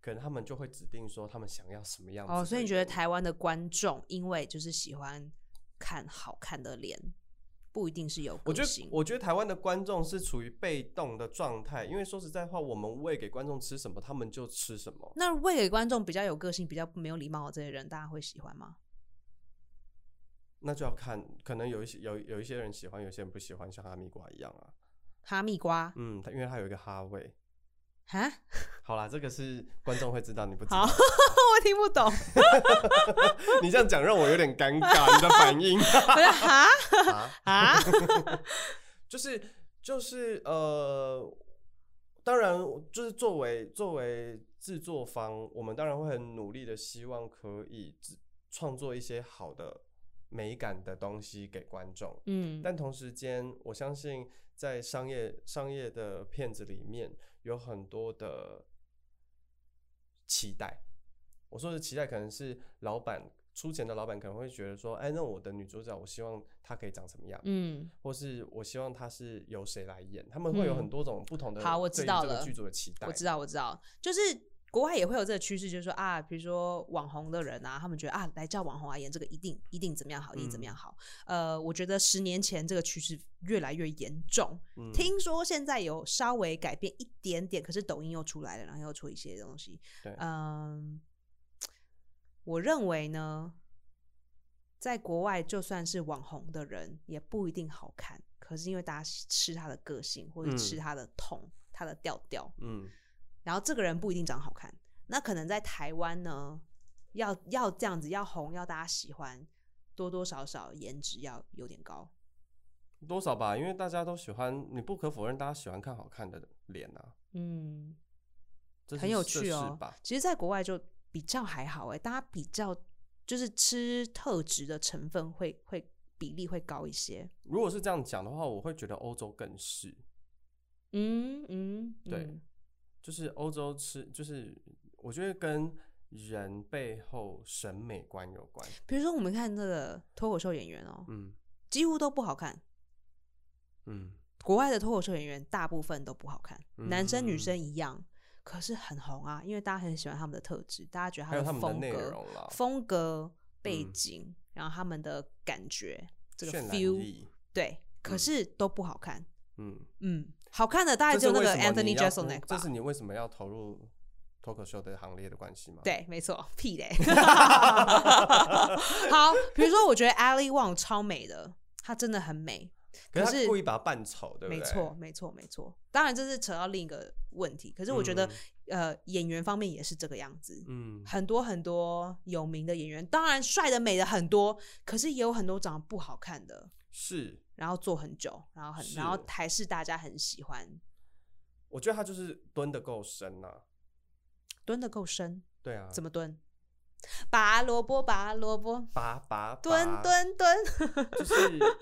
Speaker 1: 可能他们就会指定说他们想要什么样子的人。
Speaker 2: 哦，所以你觉得台湾的观众因为就是喜欢看好看的脸，不一定是有
Speaker 1: 我
Speaker 2: 个
Speaker 1: 觉
Speaker 2: 性
Speaker 1: 得，。我觉得台湾的观众是处于被动的状态，因为说实在话，我们喂给观众吃什么，他们就吃什么。
Speaker 2: 那喂给观众比较有个性、比较没有礼貌的这些人，大家会喜欢吗？
Speaker 1: 那就要看，可能有一些有有一些人喜欢，有些人不喜欢，像哈密瓜一样啊。
Speaker 2: 哈密瓜
Speaker 1: 嗯，它因为它有一个哈味。
Speaker 2: 哈，
Speaker 1: 好啦，这个是观众会知道，你不知
Speaker 2: 好
Speaker 1: 道。
Speaker 2: 我听不懂，
Speaker 1: 你这样讲让我有点尴尬，你的反应
Speaker 2: 我说哈
Speaker 1: 啊，
Speaker 2: 啊，
Speaker 1: 就是就是呃，当然就是作为作为制作方，我们当然会很努力的，希望可以制创作一些好的美感的东西给观众。
Speaker 2: 嗯，
Speaker 1: 但同时间，我相信在商业商业的片子里面有很多的期待。我说的期待可能是老板出钱的老板可能会觉得说，哎，那我的女主角，我希望她可以长什么样，
Speaker 2: 嗯，
Speaker 1: 或是我希望她是由谁来演，他们会有
Speaker 2: 嗯
Speaker 1: 很多种不同的
Speaker 2: 好我知
Speaker 1: 对于
Speaker 2: 道
Speaker 1: 这个
Speaker 2: 了
Speaker 1: 剧组的期待。
Speaker 2: 我知道，我知道，就是国外也会有这个趋势，就是说啊，比如说网红的人啊，他们觉得啊，来叫网红来演这个一定一定怎么样好，一定怎么样
Speaker 1: 嗯
Speaker 2: 好。呃，我觉得十年前这个趋势越来越严重，
Speaker 1: 嗯
Speaker 2: 听说现在有稍微改变一点点，可是抖音又出来了，然后又出一些东西。
Speaker 1: 对
Speaker 2: 嗯，我认为呢，在国外就算是网红的人也不一定好看，可是因为大家吃他的个性，或者
Speaker 1: 嗯
Speaker 2: 吃他的痛、他的调调，
Speaker 1: 嗯
Speaker 2: 然后这个人不一定长好看。那可能在台湾呢，要要这样子要红，要大家喜欢，多多少少颜值要有点高。
Speaker 1: 多少吧，因为大家都喜欢，你不可否认，大家喜欢看好看的脸啊，
Speaker 2: 嗯，
Speaker 1: 这是
Speaker 2: 很有
Speaker 1: 这
Speaker 2: 趣
Speaker 1: 是
Speaker 2: 哦
Speaker 1: 吧。
Speaker 2: 其实，在国外就比较还好哎、大家比较就是吃特质的成分会会比例会高一些。
Speaker 1: 如果是这样讲的话，我会觉得欧洲更是。
Speaker 2: 嗯嗯，
Speaker 1: 对
Speaker 2: 嗯
Speaker 1: 就是欧洲吃，就是我觉得跟人背后审美观有关。
Speaker 2: 比如说我们看这个脱口秀演员哦、
Speaker 1: 嗯
Speaker 2: 几乎都不好看。
Speaker 1: 嗯，
Speaker 2: 国外的脱口秀演员大部分都不好看，男生女
Speaker 1: 嗯
Speaker 2: 生一样，可是很红啊，因为大家很喜欢他们的特质，大家觉
Speaker 1: 还有
Speaker 2: 得
Speaker 1: 他
Speaker 2: 的
Speaker 1: 们的
Speaker 2: 风
Speaker 1: 内
Speaker 2: 格、
Speaker 1: 容啦，
Speaker 2: 风格、背
Speaker 1: 嗯
Speaker 2: 景，然后他们的感觉，这个
Speaker 1: 渲染
Speaker 2: feel，
Speaker 1: 力。
Speaker 2: 对，可
Speaker 1: 嗯
Speaker 2: 是都不好看。
Speaker 1: 嗯，
Speaker 2: 嗯，好看的大概
Speaker 1: 这
Speaker 2: 就是那
Speaker 1: 为
Speaker 2: 个
Speaker 1: 什么
Speaker 2: Anthony
Speaker 1: 你
Speaker 2: j e
Speaker 1: 要嗯
Speaker 2: s e l n i c
Speaker 1: 这
Speaker 2: 吧
Speaker 1: 是。你为什么要投入脱口秀的行列的关系 吗？，
Speaker 2: 对，没错，屁嘞。好，比如说，我觉得 Ali Wong 超美的，她真的很美，
Speaker 1: 可
Speaker 2: 可
Speaker 1: 是
Speaker 2: 是
Speaker 1: 他故意把它扮丑，对不对？
Speaker 2: 没错，，没错，没错。当然，这是扯到另一个问题，可是我觉得，呃，演员方面也是这个样子。
Speaker 1: 嗯，
Speaker 2: 很多很多有名的演员，当然帅的、美的很多，可是也有很多长得不好看的，
Speaker 1: 是，
Speaker 2: 然后做很久，然后很，
Speaker 1: 是
Speaker 2: 然后还是大家很喜欢，
Speaker 1: 我觉得他就是蹲的够深呐、
Speaker 2: 蹲得够深，
Speaker 1: 对啊，
Speaker 2: 怎
Speaker 1: 么
Speaker 2: 么蹲？拔萝卜，拔萝卜，
Speaker 1: 拔拔
Speaker 2: 蹲
Speaker 1: 拔
Speaker 2: 蹲蹲。
Speaker 1: 就是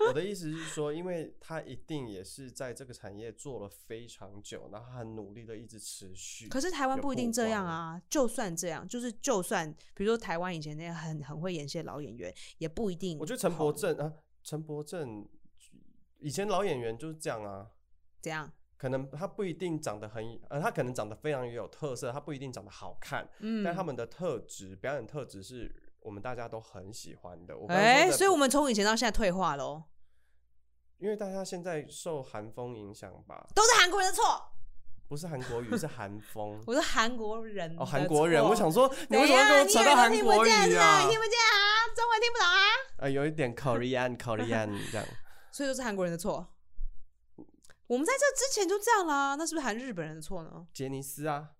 Speaker 1: 我的意思是说，因为他一定也是在这个产业做了非常久，然后他很努力的一直持续。
Speaker 2: 可是台湾
Speaker 1: 有
Speaker 2: 不一定
Speaker 1: 曝
Speaker 2: 这样
Speaker 1: 光
Speaker 2: 啊，就算这样，就是就算比如说台湾以前那些很很会演戏的老演员，也不一定。
Speaker 1: 我觉得陈柏正啊，陈柏正以前老演员就是这样啊，
Speaker 2: 怎样？
Speaker 1: 可能他不一定长得很，呃，他可能长得非常有特色，他不一定长得好看，
Speaker 2: 嗯，
Speaker 1: 但他们的特质、表演特质是我们大家都很喜欢的。我刚刚
Speaker 2: 哎、
Speaker 1: 说的
Speaker 2: 所以我们从以前到现在退化喽，
Speaker 1: 因为大家现在受韩风影响吧，
Speaker 2: 都是韩国人的错。
Speaker 1: 不是韩国 语，是韩风。
Speaker 2: 我是韩国人
Speaker 1: 哦，
Speaker 2: 的
Speaker 1: 韩国人，
Speaker 2: 嗯错
Speaker 1: 我想说，你
Speaker 2: 怎
Speaker 1: 为什么要
Speaker 2: 样？
Speaker 1: 跟我
Speaker 2: 你
Speaker 1: 扯
Speaker 2: 耳
Speaker 1: 到
Speaker 2: 朵
Speaker 1: 韩
Speaker 2: 听不
Speaker 1: 国
Speaker 2: 见
Speaker 1: 语
Speaker 2: 是吧
Speaker 1: 啊？
Speaker 2: 你听不见啊？中文听不懂啊？
Speaker 1: 呃，有一点 Korean Korean 这样，
Speaker 2: 所以都是韩国人的错。我们在这之前就这样啦，那是不是韩日本人的错呢？
Speaker 1: 杰尼斯啊，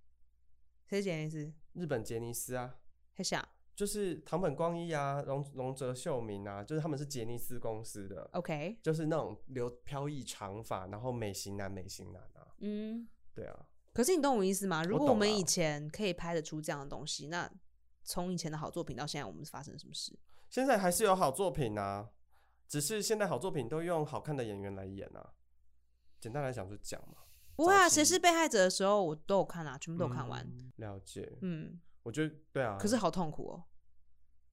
Speaker 2: 谁讲一次？
Speaker 1: 日本杰尼斯啊，
Speaker 2: 还想
Speaker 1: 就是堂本光一啊，龙龙泽秀明啊，就是他们是杰尼斯公司的，
Speaker 2: OK？
Speaker 1: 就是那种留飘逸长发，然后美型男美型男啊，
Speaker 2: 嗯，
Speaker 1: 对啊，
Speaker 2: 可是你懂我意思吗？如果
Speaker 1: 懂
Speaker 2: 我们
Speaker 1: 啊
Speaker 2: 以前可以拍得出这样的东西，那从以前的好作品到现在，我们发生了什么事？
Speaker 1: 现在还是有好作品啊，只是现在好作品都用好看的演员来演啊，简单来讲就讲嘛，
Speaker 2: 不会
Speaker 1: 早
Speaker 2: 啊，
Speaker 1: 期
Speaker 2: 谁是被害者的时候，我都有看啊，全部都有看完。
Speaker 1: 嗯了解，
Speaker 2: 嗯
Speaker 1: 我觉得对啊，
Speaker 2: 可是好痛苦哦，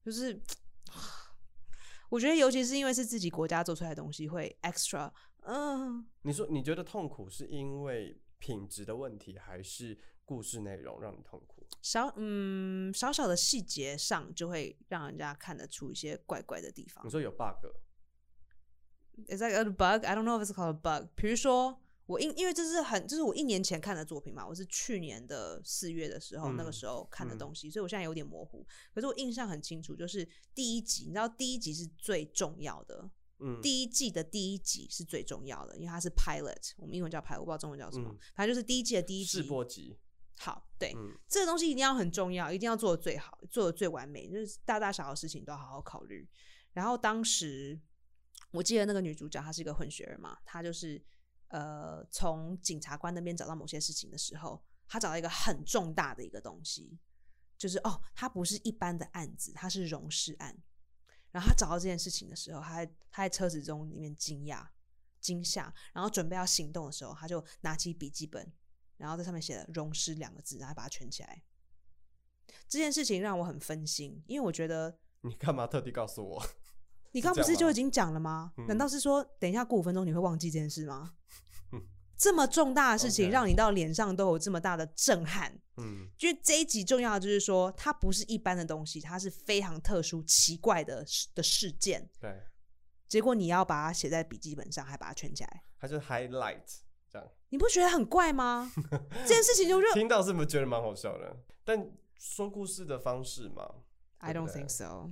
Speaker 2: 就是 我觉得，尤其是因为是自己国家做出来的东西，会 extra，嗯，
Speaker 1: 你说你觉得痛苦是因为品质的问题，还是故事内容让你痛苦？
Speaker 2: 小嗯小小的细节上就会让人家看得出一些怪怪的地方
Speaker 1: 你。说有 bug，
Speaker 2: Is that a bug? I don't know if it's called a bug. 比如说，我因因为这是很，这是我一年前看的作品嘛，我是去年的四月的时候、那个
Speaker 1: 嗯
Speaker 2: 时候看的
Speaker 1: 嗯
Speaker 2: 东西，所以我现在有点模糊。可是我印象很清楚，就是第一集，你知道第一集是最重要的，
Speaker 1: 嗯，
Speaker 2: 第一季的第一集是最重要的，因为它是 pilot，我们英文叫 pilot，我不知道中文叫什么
Speaker 1: 嗯，
Speaker 2: 反正就是第一季的第一
Speaker 1: 试
Speaker 2: 集。
Speaker 1: 播集，
Speaker 2: 好，对，
Speaker 1: 嗯
Speaker 2: 这个东西一定要很重要，一定要做的最好，做的最完美，就是大大小小的事情都要好好考虑。然后当时我记得那个女主角她是一个混血儿嘛，她就是呃从检察官那边找到某些事情的时候，她找到一个很重大的一个东西，就是哦，它不是一般的案子，它是荣氏案。然后她找到这件事情的时候，她在她在车子中里面惊讶惊吓，然后准备要行动的时候，她就拿起笔记本，然后在上面写了“溶尸”两个字，然后把它圈起来。这件事情让我很分心，因为我觉得
Speaker 1: 你干嘛特地告诉我？
Speaker 2: 你刚
Speaker 1: 这
Speaker 2: 不
Speaker 1: 样
Speaker 2: 是就
Speaker 1: 吗
Speaker 2: 已经讲了吗？
Speaker 1: 嗯
Speaker 2: 难道是说等一下过五分钟你会忘记这件 事吗？这么重大的事情
Speaker 1: OK
Speaker 2: 让你到脸上都有这么大的震撼，
Speaker 1: 嗯
Speaker 2: 因为这一集重要的就是说，它不是一般的东西，它是非常特殊、奇怪的事的事件。
Speaker 1: 对，
Speaker 2: 结果你要把它写在笔记本上，还把它圈起来，
Speaker 1: 它就是 highlight 这样。
Speaker 2: 你不觉得很怪吗？ 这件事情就让
Speaker 1: 听到是不是觉得蛮好笑的？但说故事的方式嘛，
Speaker 2: I don't
Speaker 1: 对
Speaker 2: think so。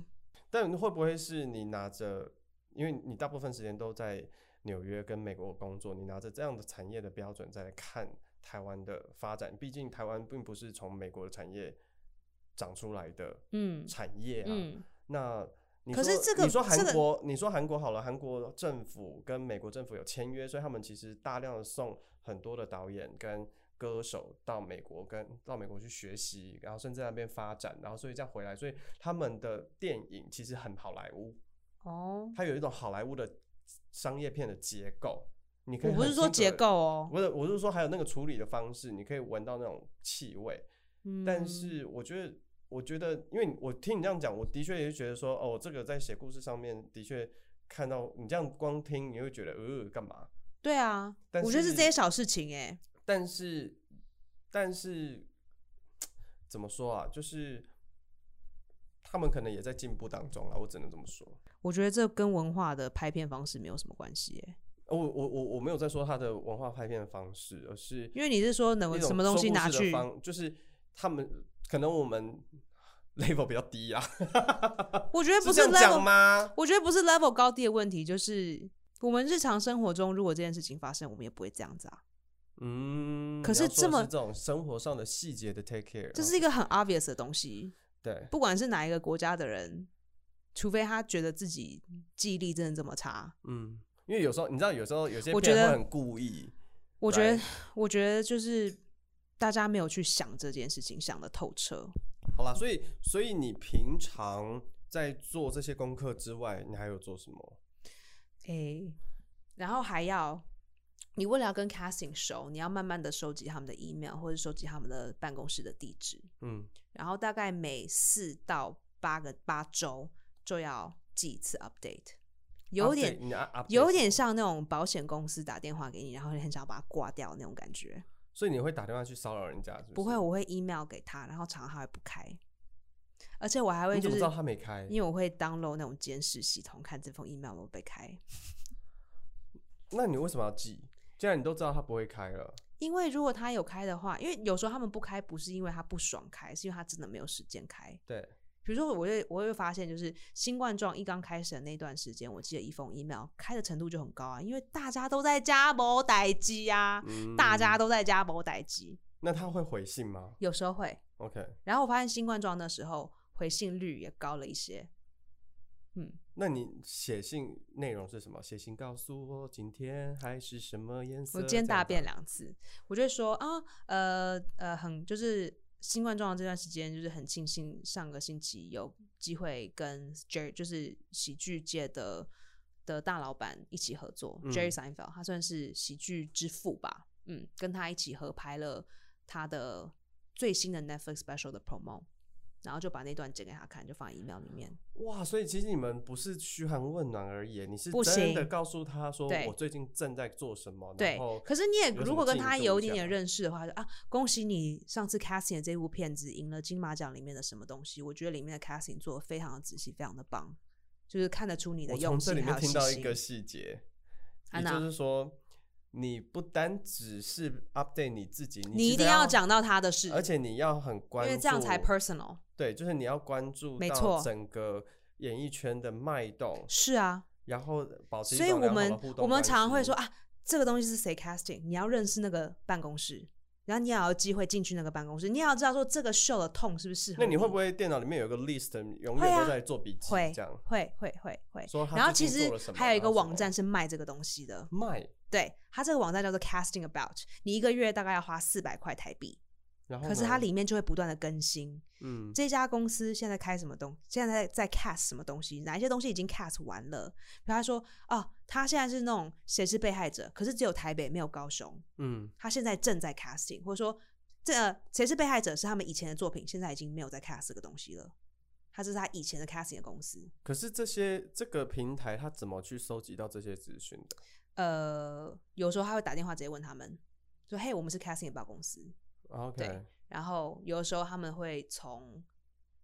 Speaker 1: 但会不会是你拿着，因为你大部分时间都在纽约跟美国工作，你拿着这样的产业的标准再来看台湾的发展？毕竟台湾并不是从美国的产业长出来的
Speaker 2: 嗯
Speaker 1: 产业啊。
Speaker 2: 嗯，
Speaker 1: 那你
Speaker 2: 可是
Speaker 1: 说
Speaker 2: 这个
Speaker 1: 你说
Speaker 2: 这个
Speaker 1: 韩国，你说韩国好了，韩国政府跟美国政府有签约，所以他们其实大量的送很多的导演跟歌手到美国跟，到美国去学习，然后甚至在那边发展，然后所以再回来，所以他们的电影其实很好莱坞，
Speaker 2: 哦，
Speaker 1: 它有一种好莱坞的商业片的结构。你可以
Speaker 2: 我不
Speaker 1: 很
Speaker 2: 是说
Speaker 1: 清楚
Speaker 2: 结
Speaker 1: 地，
Speaker 2: 构哦，
Speaker 1: 不是，我是说还有那个处理的方式，你可以闻到那种气味。但
Speaker 2: 嗯
Speaker 1: 是我觉得，我觉得，因为你我听你这样讲，我的确也是觉得说，哦，这个在写故事上面的确看到你这样光听，你会觉得呃干嘛？
Speaker 2: 对啊，
Speaker 1: 但
Speaker 2: 我觉得是
Speaker 1: 是
Speaker 2: 这些小事情哎、
Speaker 1: 但是，但是怎么说啊？就是他们可能也在进步当中了，我只能这么说。
Speaker 2: 我觉得这跟文化的拍片方式没有什么关系哎、
Speaker 1: 呃我我我我没有在说他的文化拍片的方式，而是
Speaker 2: 因为你是说
Speaker 1: 一
Speaker 2: 能
Speaker 1: 种
Speaker 2: 什么东
Speaker 1: 说
Speaker 2: 西
Speaker 1: 故
Speaker 2: 拿
Speaker 1: 事的
Speaker 2: 去，
Speaker 1: 方，就是他们可能我们 level 比较低啊，
Speaker 2: 我觉得不
Speaker 1: 这样讲
Speaker 2: level，
Speaker 1: 吗？
Speaker 2: 我觉得不是 level 高低的问题，就是我们日常生活中如果这件事情发生，我们也不会这样子啊，
Speaker 1: 嗯，
Speaker 2: 可
Speaker 1: 你
Speaker 2: 是
Speaker 1: 要
Speaker 2: 这
Speaker 1: 说的
Speaker 2: 么
Speaker 1: 是这种生活上的细节的 take care，
Speaker 2: 这
Speaker 1: 嗯
Speaker 2: 是一个很 obvious 的东西，
Speaker 1: 对，
Speaker 2: 不管是哪一个国家的人，除非他觉得自己记忆力真的这么差，
Speaker 1: 嗯，因为有时候你知道，有时候有些
Speaker 2: 我
Speaker 1: 片
Speaker 2: 觉得
Speaker 1: 会很故意，
Speaker 2: 我觉得
Speaker 1: Right
Speaker 2: 我觉得就是大家没有去想这件事情想的透彻，
Speaker 1: 好啦，所以所以你平常在做这些功课之外，你还有做什么？
Speaker 2: 诶，然后还要，你为了要跟 casting 熟，你要慢慢的收集他们的 email 或者收集他们的办公室的地址，
Speaker 1: 嗯
Speaker 2: 然后大概每四到八个八周就要寄一次 update，有
Speaker 1: update，
Speaker 2: 点
Speaker 1: 你啊啊，
Speaker 2: 有点像那种保险公司打电话给你，然后你很想要把它挂掉那种感觉。
Speaker 1: 所以你会打电话去骚扰人家是是？
Speaker 2: 不会，，我会 email 给他，然后常常他会不开，而且我还会
Speaker 1: 你
Speaker 2: 就
Speaker 1: 怎么
Speaker 2: 是
Speaker 1: 知道他没开？
Speaker 2: 因为我会 download 那种监视系统，看这封 email 有没有被开。
Speaker 1: 那你为什么要记？既然你都知道他不会开了，
Speaker 2: 因为如果他有开的话，因为有时候他们不开，不是因为他不爽开，是因为他真的没有时间开。
Speaker 1: 对，
Speaker 2: 比如说，我会我会发现，就是新冠状一刚开始的那段时间，我记得一封 email 开的程度就很高啊，因为大家都在家某逮鸡啊，
Speaker 1: 嗯
Speaker 2: 大家都在家某逮鸡，
Speaker 1: 那他会回信吗
Speaker 2: 有时候会。
Speaker 1: ？OK，
Speaker 2: 然后我发现新冠状那时候回信率也高了一些，嗯，
Speaker 1: 那你写信内容是什么？写信告诉我今天还是什么颜色？
Speaker 2: 我今天大
Speaker 1: 这样
Speaker 2: 便
Speaker 1: 子啊。
Speaker 2: 两次，我就会说啊，呃呃，很就是新冠状况这段时间，就是很庆幸上个星期有机会跟 Jerry 就是喜剧界的的大老板一起合作、
Speaker 1: 嗯
Speaker 2: j e r r y Seinfeld，他算是喜剧之父吧，嗯，跟他一起合拍了他的最新的 Netflix special 的 promo，然后就把那段剪给他看，就放在 email 里面。
Speaker 1: 哇，所以其实你们不是嘘寒问暖而已，你是
Speaker 2: 不
Speaker 1: 真的
Speaker 2: 行
Speaker 1: 告诉他说
Speaker 2: 对
Speaker 1: 我最近正在做什么，
Speaker 2: 对
Speaker 1: 然后，
Speaker 2: 可是你也
Speaker 1: 有什
Speaker 2: 如
Speaker 1: 么
Speaker 2: 果跟
Speaker 1: 进
Speaker 2: 他
Speaker 1: 度
Speaker 2: 有一
Speaker 1: 这
Speaker 2: 点点
Speaker 1: 样
Speaker 2: 认识的话，就啊，恭喜你上次 casting 的这部片子赢了金马奖里面的什么东西？我觉得里面的 casting 做的非常的仔细，非常的棒，就是看得出你的
Speaker 1: 我从
Speaker 2: 用
Speaker 1: 这里
Speaker 2: 心
Speaker 1: 面
Speaker 2: 还有
Speaker 1: 听
Speaker 2: 细
Speaker 1: 到一
Speaker 2: 心
Speaker 1: 个。细节，
Speaker 2: 啊
Speaker 1: 也
Speaker 2: 那
Speaker 1: 就是说，你不单只是 update 你自己，
Speaker 2: 你
Speaker 1: 你
Speaker 2: 一
Speaker 1: 其
Speaker 2: 定
Speaker 1: 实
Speaker 2: 要
Speaker 1: 要，
Speaker 2: 讲到他的事，
Speaker 1: 而且你要很
Speaker 2: 因
Speaker 1: 关注，
Speaker 2: 为这样才 personal。
Speaker 1: 对，就是你要关注
Speaker 2: 没
Speaker 1: 到
Speaker 2: 错
Speaker 1: 整个演艺圈的脉动，
Speaker 2: 是啊，
Speaker 1: 然后保持一
Speaker 2: 所以
Speaker 1: 种
Speaker 2: 我
Speaker 1: 良好的
Speaker 2: 们
Speaker 1: 互动
Speaker 2: 我们
Speaker 1: 关
Speaker 2: 常常会
Speaker 1: 系
Speaker 2: 说，啊，这个东西是谁 casting，你要认识那个办公室，然后你也要有机会进去那个办公室，你也要知道说这个 show 的痛是不是适合。
Speaker 1: 那你会不会电脑里面有一个 list，永
Speaker 2: 会
Speaker 1: 远
Speaker 2: 啊
Speaker 1: 都在做笔记
Speaker 2: 会
Speaker 1: 这样？
Speaker 2: 会会会会
Speaker 1: 说他
Speaker 2: 然后
Speaker 1: 最
Speaker 2: 其
Speaker 1: 近
Speaker 2: 实
Speaker 1: 做了什么
Speaker 2: 还有一
Speaker 1: 然
Speaker 2: 个
Speaker 1: 后什
Speaker 2: 网
Speaker 1: 么
Speaker 2: 站是卖这个东西的，
Speaker 1: 卖，
Speaker 2: 对它这个网站叫做 Casting About，你一个月大概要花四百块台币，
Speaker 1: 然后
Speaker 2: 可是它
Speaker 1: 呢
Speaker 2: 里面就会不断的更新。
Speaker 1: 嗯
Speaker 2: 这家公司现在开什么东，现在在在 cast 什么东西，哪一些东西已经 cast 完了？比如他说，哦，他现在是那种谁是被害者，可是只有台北没有高雄，
Speaker 1: 嗯
Speaker 2: 他现在正在 casting，或者说这呃谁是被害者是他们以前的作品，现在已经没有在 cast 这个东西了。他这是他以前的 casting 的公司，
Speaker 1: 可是这些这个平台它怎么去收集到这些资讯的？
Speaker 2: 呃，有时候他会打电话直接问他们，说：“嘿，我们是 casting 报公司。
Speaker 1: 啊 OK，
Speaker 2: 然后有的时候他们会从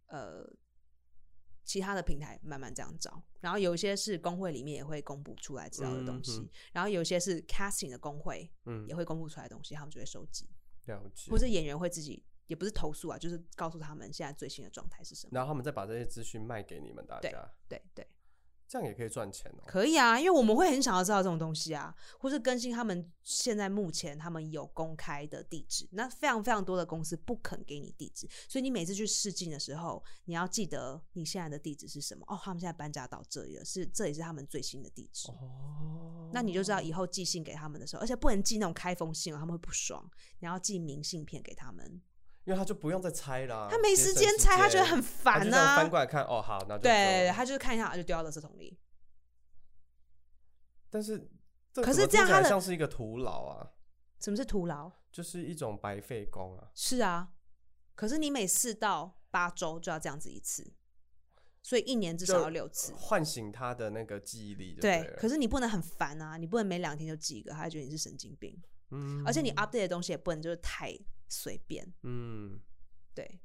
Speaker 2: 呃其他的平台慢慢这样找，然后有一些是工会里面也会公布出来知道的东西，
Speaker 1: 嗯哼
Speaker 2: 然后有一些是 casting 的工会
Speaker 1: 嗯
Speaker 2: 也，会公布出来的东西，他们就会收集，
Speaker 1: 了解
Speaker 2: 或。者演员会自己也不是投诉啊，就是告诉他们现在最新的状态是什么。
Speaker 1: 然后他们再把这些资讯卖给你们大家，
Speaker 2: 对对，
Speaker 1: 这样也可以赚钱哦。
Speaker 2: 可以啊，因为我们会很想要知道这种东西啊，或是更新他们现在目前他们有公开的地址。那非常非常多的公司不肯给你地址，所以你每次去试镜的时候，你要记得你现在的地址是什么。哦，他们现在搬家到这里了，是这也是他们最新的地址。
Speaker 1: 哦，
Speaker 2: 那你就知道以后寄信给他们的时候，而且不能寄那种开封信哦，他们会不爽。你要寄明信片给他
Speaker 1: 哦
Speaker 2: 们，
Speaker 1: 因为他就不用再拆啦，
Speaker 2: 他没
Speaker 1: 节省
Speaker 2: 时
Speaker 1: 时
Speaker 2: 间拆，他觉得很
Speaker 1: 他就
Speaker 2: 烦
Speaker 1: 这样
Speaker 2: 啊。
Speaker 1: 翻过来看，哦，好，那就
Speaker 2: 对，
Speaker 1: 做
Speaker 2: 他就是看一下啊就丢到垃圾桶里。
Speaker 1: 但是这
Speaker 2: 可
Speaker 1: 怎么
Speaker 2: 是这
Speaker 1: 听
Speaker 2: 样
Speaker 1: 起来
Speaker 2: 他的
Speaker 1: 像是一个徒劳啊，
Speaker 2: 什么是徒劳？
Speaker 1: 就是一种白费工啊。
Speaker 2: 是啊，可是你每四到八周就要这样子一次，所以一年至少
Speaker 1: 就
Speaker 2: 要六次。
Speaker 1: 唤醒他的那个记忆力就对
Speaker 2: 对
Speaker 1: 了，，
Speaker 2: 可是你不能很烦啊，你不能每两天就寄一个，他会觉得你是神经病。
Speaker 1: 嗯
Speaker 2: 而且你 update 的东西也不能就是太随便，
Speaker 1: 嗯，
Speaker 2: 对。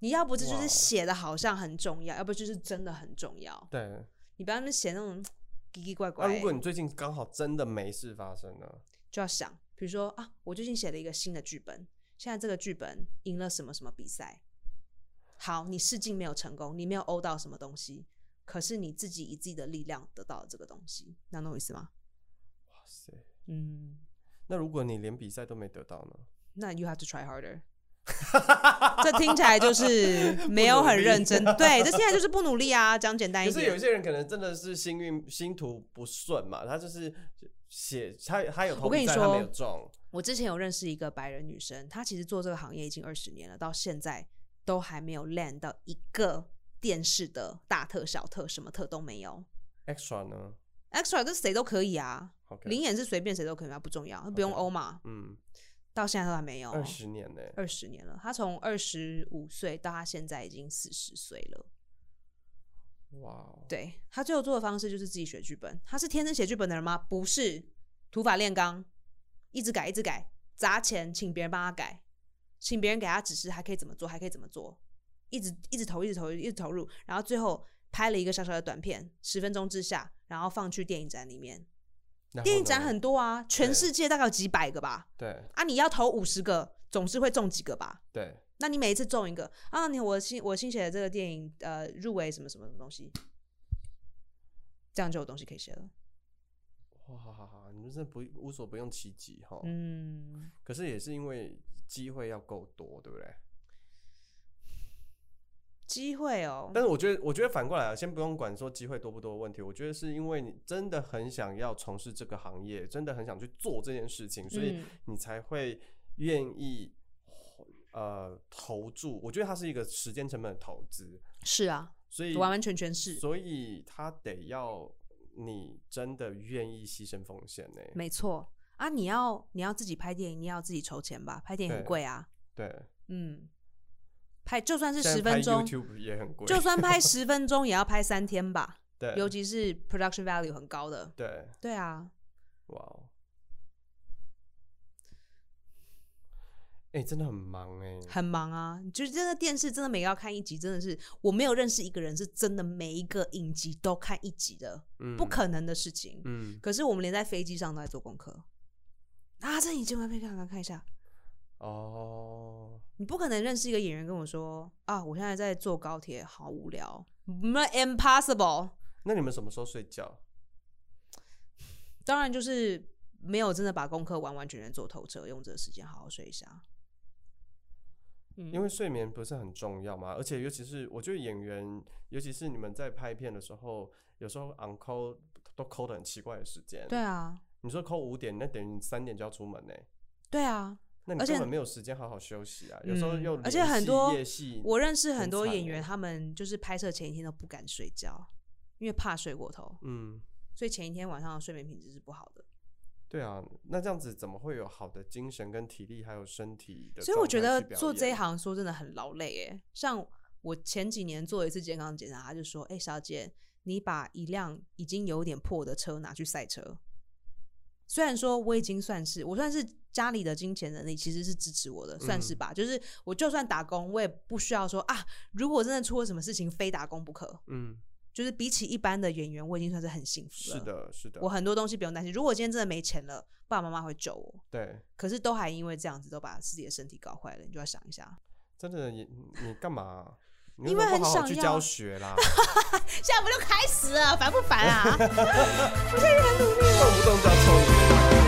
Speaker 2: 你要不这就
Speaker 1: 哇哦
Speaker 2: 是写的好像很重要，要不就是真的很重要。
Speaker 1: 对。
Speaker 2: 你不要那么写那种奇奇怪
Speaker 1: 那、
Speaker 2: 怪的，
Speaker 1: 啊如果你最近刚好真的没事发生呢？
Speaker 2: 就要想，比如说啊，我最近写了一个新的剧本，现在这个剧本赢了什么什么比赛。好，你试镜没有成功，你没有欧到什么东西，可是你自己以自己的力量得到了这个东西，能懂我意思吗？
Speaker 1: 哇塞！
Speaker 2: 嗯，
Speaker 1: 那如果你连比赛都没得到呢？
Speaker 2: 那 you have to try harder。这听起来就是没有很认 真，对，这听起来就是不努力啊。讲简单
Speaker 1: 可
Speaker 2: 一
Speaker 1: 是有
Speaker 2: 点，
Speaker 1: 些人可能真的是幸运星途不顺嘛，他就是写他他有投
Speaker 2: 我跟
Speaker 1: 比
Speaker 2: 你
Speaker 1: 赛他没
Speaker 2: 说
Speaker 1: 有中，
Speaker 2: 我之前有认识一个白人女生，她其实做这个行业已经二十年了，到现在都还没有 land 到一个电视的大特、小特，什么特都没有。
Speaker 1: extra 呢
Speaker 2: extra 这谁都可以啊，
Speaker 1: ？OK，
Speaker 2: 零演是随便谁都可以啊，不重要，不用欧嘛。
Speaker 1: 嗯，
Speaker 2: 到现在都还没有
Speaker 1: 二十年呢、
Speaker 2: 哦二十年了，她从二十五岁到她现在已经四十岁了。
Speaker 1: 哇哦，
Speaker 2: 对她最后做的方式就是自己写剧本。她是天生写剧本的人吗？不是，土法炼钢，一直改，一直改，砸钱请别人帮她改，请别人给她指示，还可以怎么做，还可以怎么做，一直一直投，一直投，一直投入，然后最后拍了一个小小的短片，十分钟之下，然后放去电影展里面。
Speaker 1: 然后
Speaker 2: 电影展
Speaker 1: 呢
Speaker 2: 很多啊，全
Speaker 1: 对
Speaker 2: 世界大概有几百个吧。
Speaker 1: 对
Speaker 2: 啊，你要投五十个，总是会中几个吧？
Speaker 1: 对，
Speaker 2: 那你每一次中一个啊，你我新我新写的这个电影呃入围什么什么什么东西，这样就有东西可以写了。
Speaker 1: 哇哈哈哈，你们真的不无所不用其极哈。
Speaker 2: 嗯，
Speaker 1: 可是也是因为机会要够多，对不对？
Speaker 2: 机会哦，
Speaker 1: 但是我觉得，我觉得反过来啊，先不用管说机会多不多的问题，我觉得是因为你真的很想要从事这个行业，真的很想去做这件事情，所以
Speaker 2: 嗯
Speaker 1: 你才会愿意呃投注。我觉得它是一个时间成本的投资，
Speaker 2: 是啊，
Speaker 1: 所以
Speaker 2: 完完全全是，
Speaker 1: 所以它得要你真的愿意牺牲风险呢、
Speaker 2: 没错啊。你要你要自己拍电影，你要自己筹钱吧，拍电影很
Speaker 1: 对
Speaker 2: 贵啊。
Speaker 1: 对，
Speaker 2: 嗯，拍就算是
Speaker 1: 现在
Speaker 2: 十
Speaker 1: 拍
Speaker 2: 分钟，
Speaker 1: YouTube 也很贵，
Speaker 2: 就 算拍十分钟也要拍三天吧，
Speaker 1: 对
Speaker 2: 尤其是 production value 很高的。
Speaker 1: 对，
Speaker 2: 对啊，
Speaker 1: 哇哦。哎、真的很忙哎、
Speaker 2: 很忙啊，就是真的电视真的每个要看一集，真的是我没有认识一个人是真的每一个影集都看一集的，
Speaker 1: 嗯
Speaker 2: 不可能的事情。
Speaker 1: 嗯，
Speaker 2: 可是我们连在飞机上都在做功课，啊，这你今晚被看看看一下，
Speaker 1: 哦，
Speaker 2: 你不可能认识一个演员跟我说啊，我现在在坐高铁，好无聊，那 impossible。
Speaker 1: 那你们什么时候睡觉？
Speaker 2: 当然就是没有真的把功课完完全全做透彻，用这个时间好好睡一下。嗯
Speaker 1: 因为睡眠不是很重要嘛，而且尤其是我觉得演员，尤其是你们在拍片的时候，有时候 on call 都 call 的很奇怪的时间。
Speaker 2: 对，啊，
Speaker 1: 你说 call 五点，那等于你三点就要出门呢、欸
Speaker 2: 对啊，
Speaker 1: 那你
Speaker 2: 而且
Speaker 1: 根本没有时间好好休息啊！有时候
Speaker 2: 嗯
Speaker 1: 又
Speaker 2: 而且
Speaker 1: 连
Speaker 2: 很
Speaker 1: 戏
Speaker 2: 多
Speaker 1: 夜戏，
Speaker 2: 我认识很
Speaker 1: 很
Speaker 2: 多
Speaker 1: 惨
Speaker 2: 演员，
Speaker 1: 欸
Speaker 2: 他们就是拍摄前一天都不敢睡觉，因为怕睡过头，
Speaker 1: 嗯，
Speaker 2: 所以前一天晚上的睡眠品质是不好的。
Speaker 1: 对啊，那这样子怎么会有好的精神跟体力还有身体的？
Speaker 2: 所以我觉得做这一，行说真的很劳累诶。像我前几年做一次健康检查，他就说：“哎、小姐，你把一辆已经有点破的车拿去赛车。”虽然说我已经算是我算是家里的金钱能力其实是支持我的，算是吧。就是我就算打工，我也不需要说啊，如果真的出了什么事情，非打工不可。
Speaker 1: 嗯，
Speaker 2: 就是比起一般的演员，我已经算是很幸福了。
Speaker 1: 是，的，是的
Speaker 2: 我，很多东西不用担心。如果今天真的没钱了，爸爸妈妈会救我。
Speaker 1: 对，
Speaker 2: 可是都还因为这样子都把自己的身体搞坏了，你就要想一下。
Speaker 1: 真的你你干嘛？啊你
Speaker 2: 因
Speaker 1: 为
Speaker 2: 为
Speaker 1: 什么
Speaker 2: 很
Speaker 1: 不好好
Speaker 2: 想
Speaker 1: 去
Speaker 2: 要
Speaker 1: 教学 啦，
Speaker 2: 现在不就开始了，烦不烦啊？
Speaker 1: 动不动就要抽你。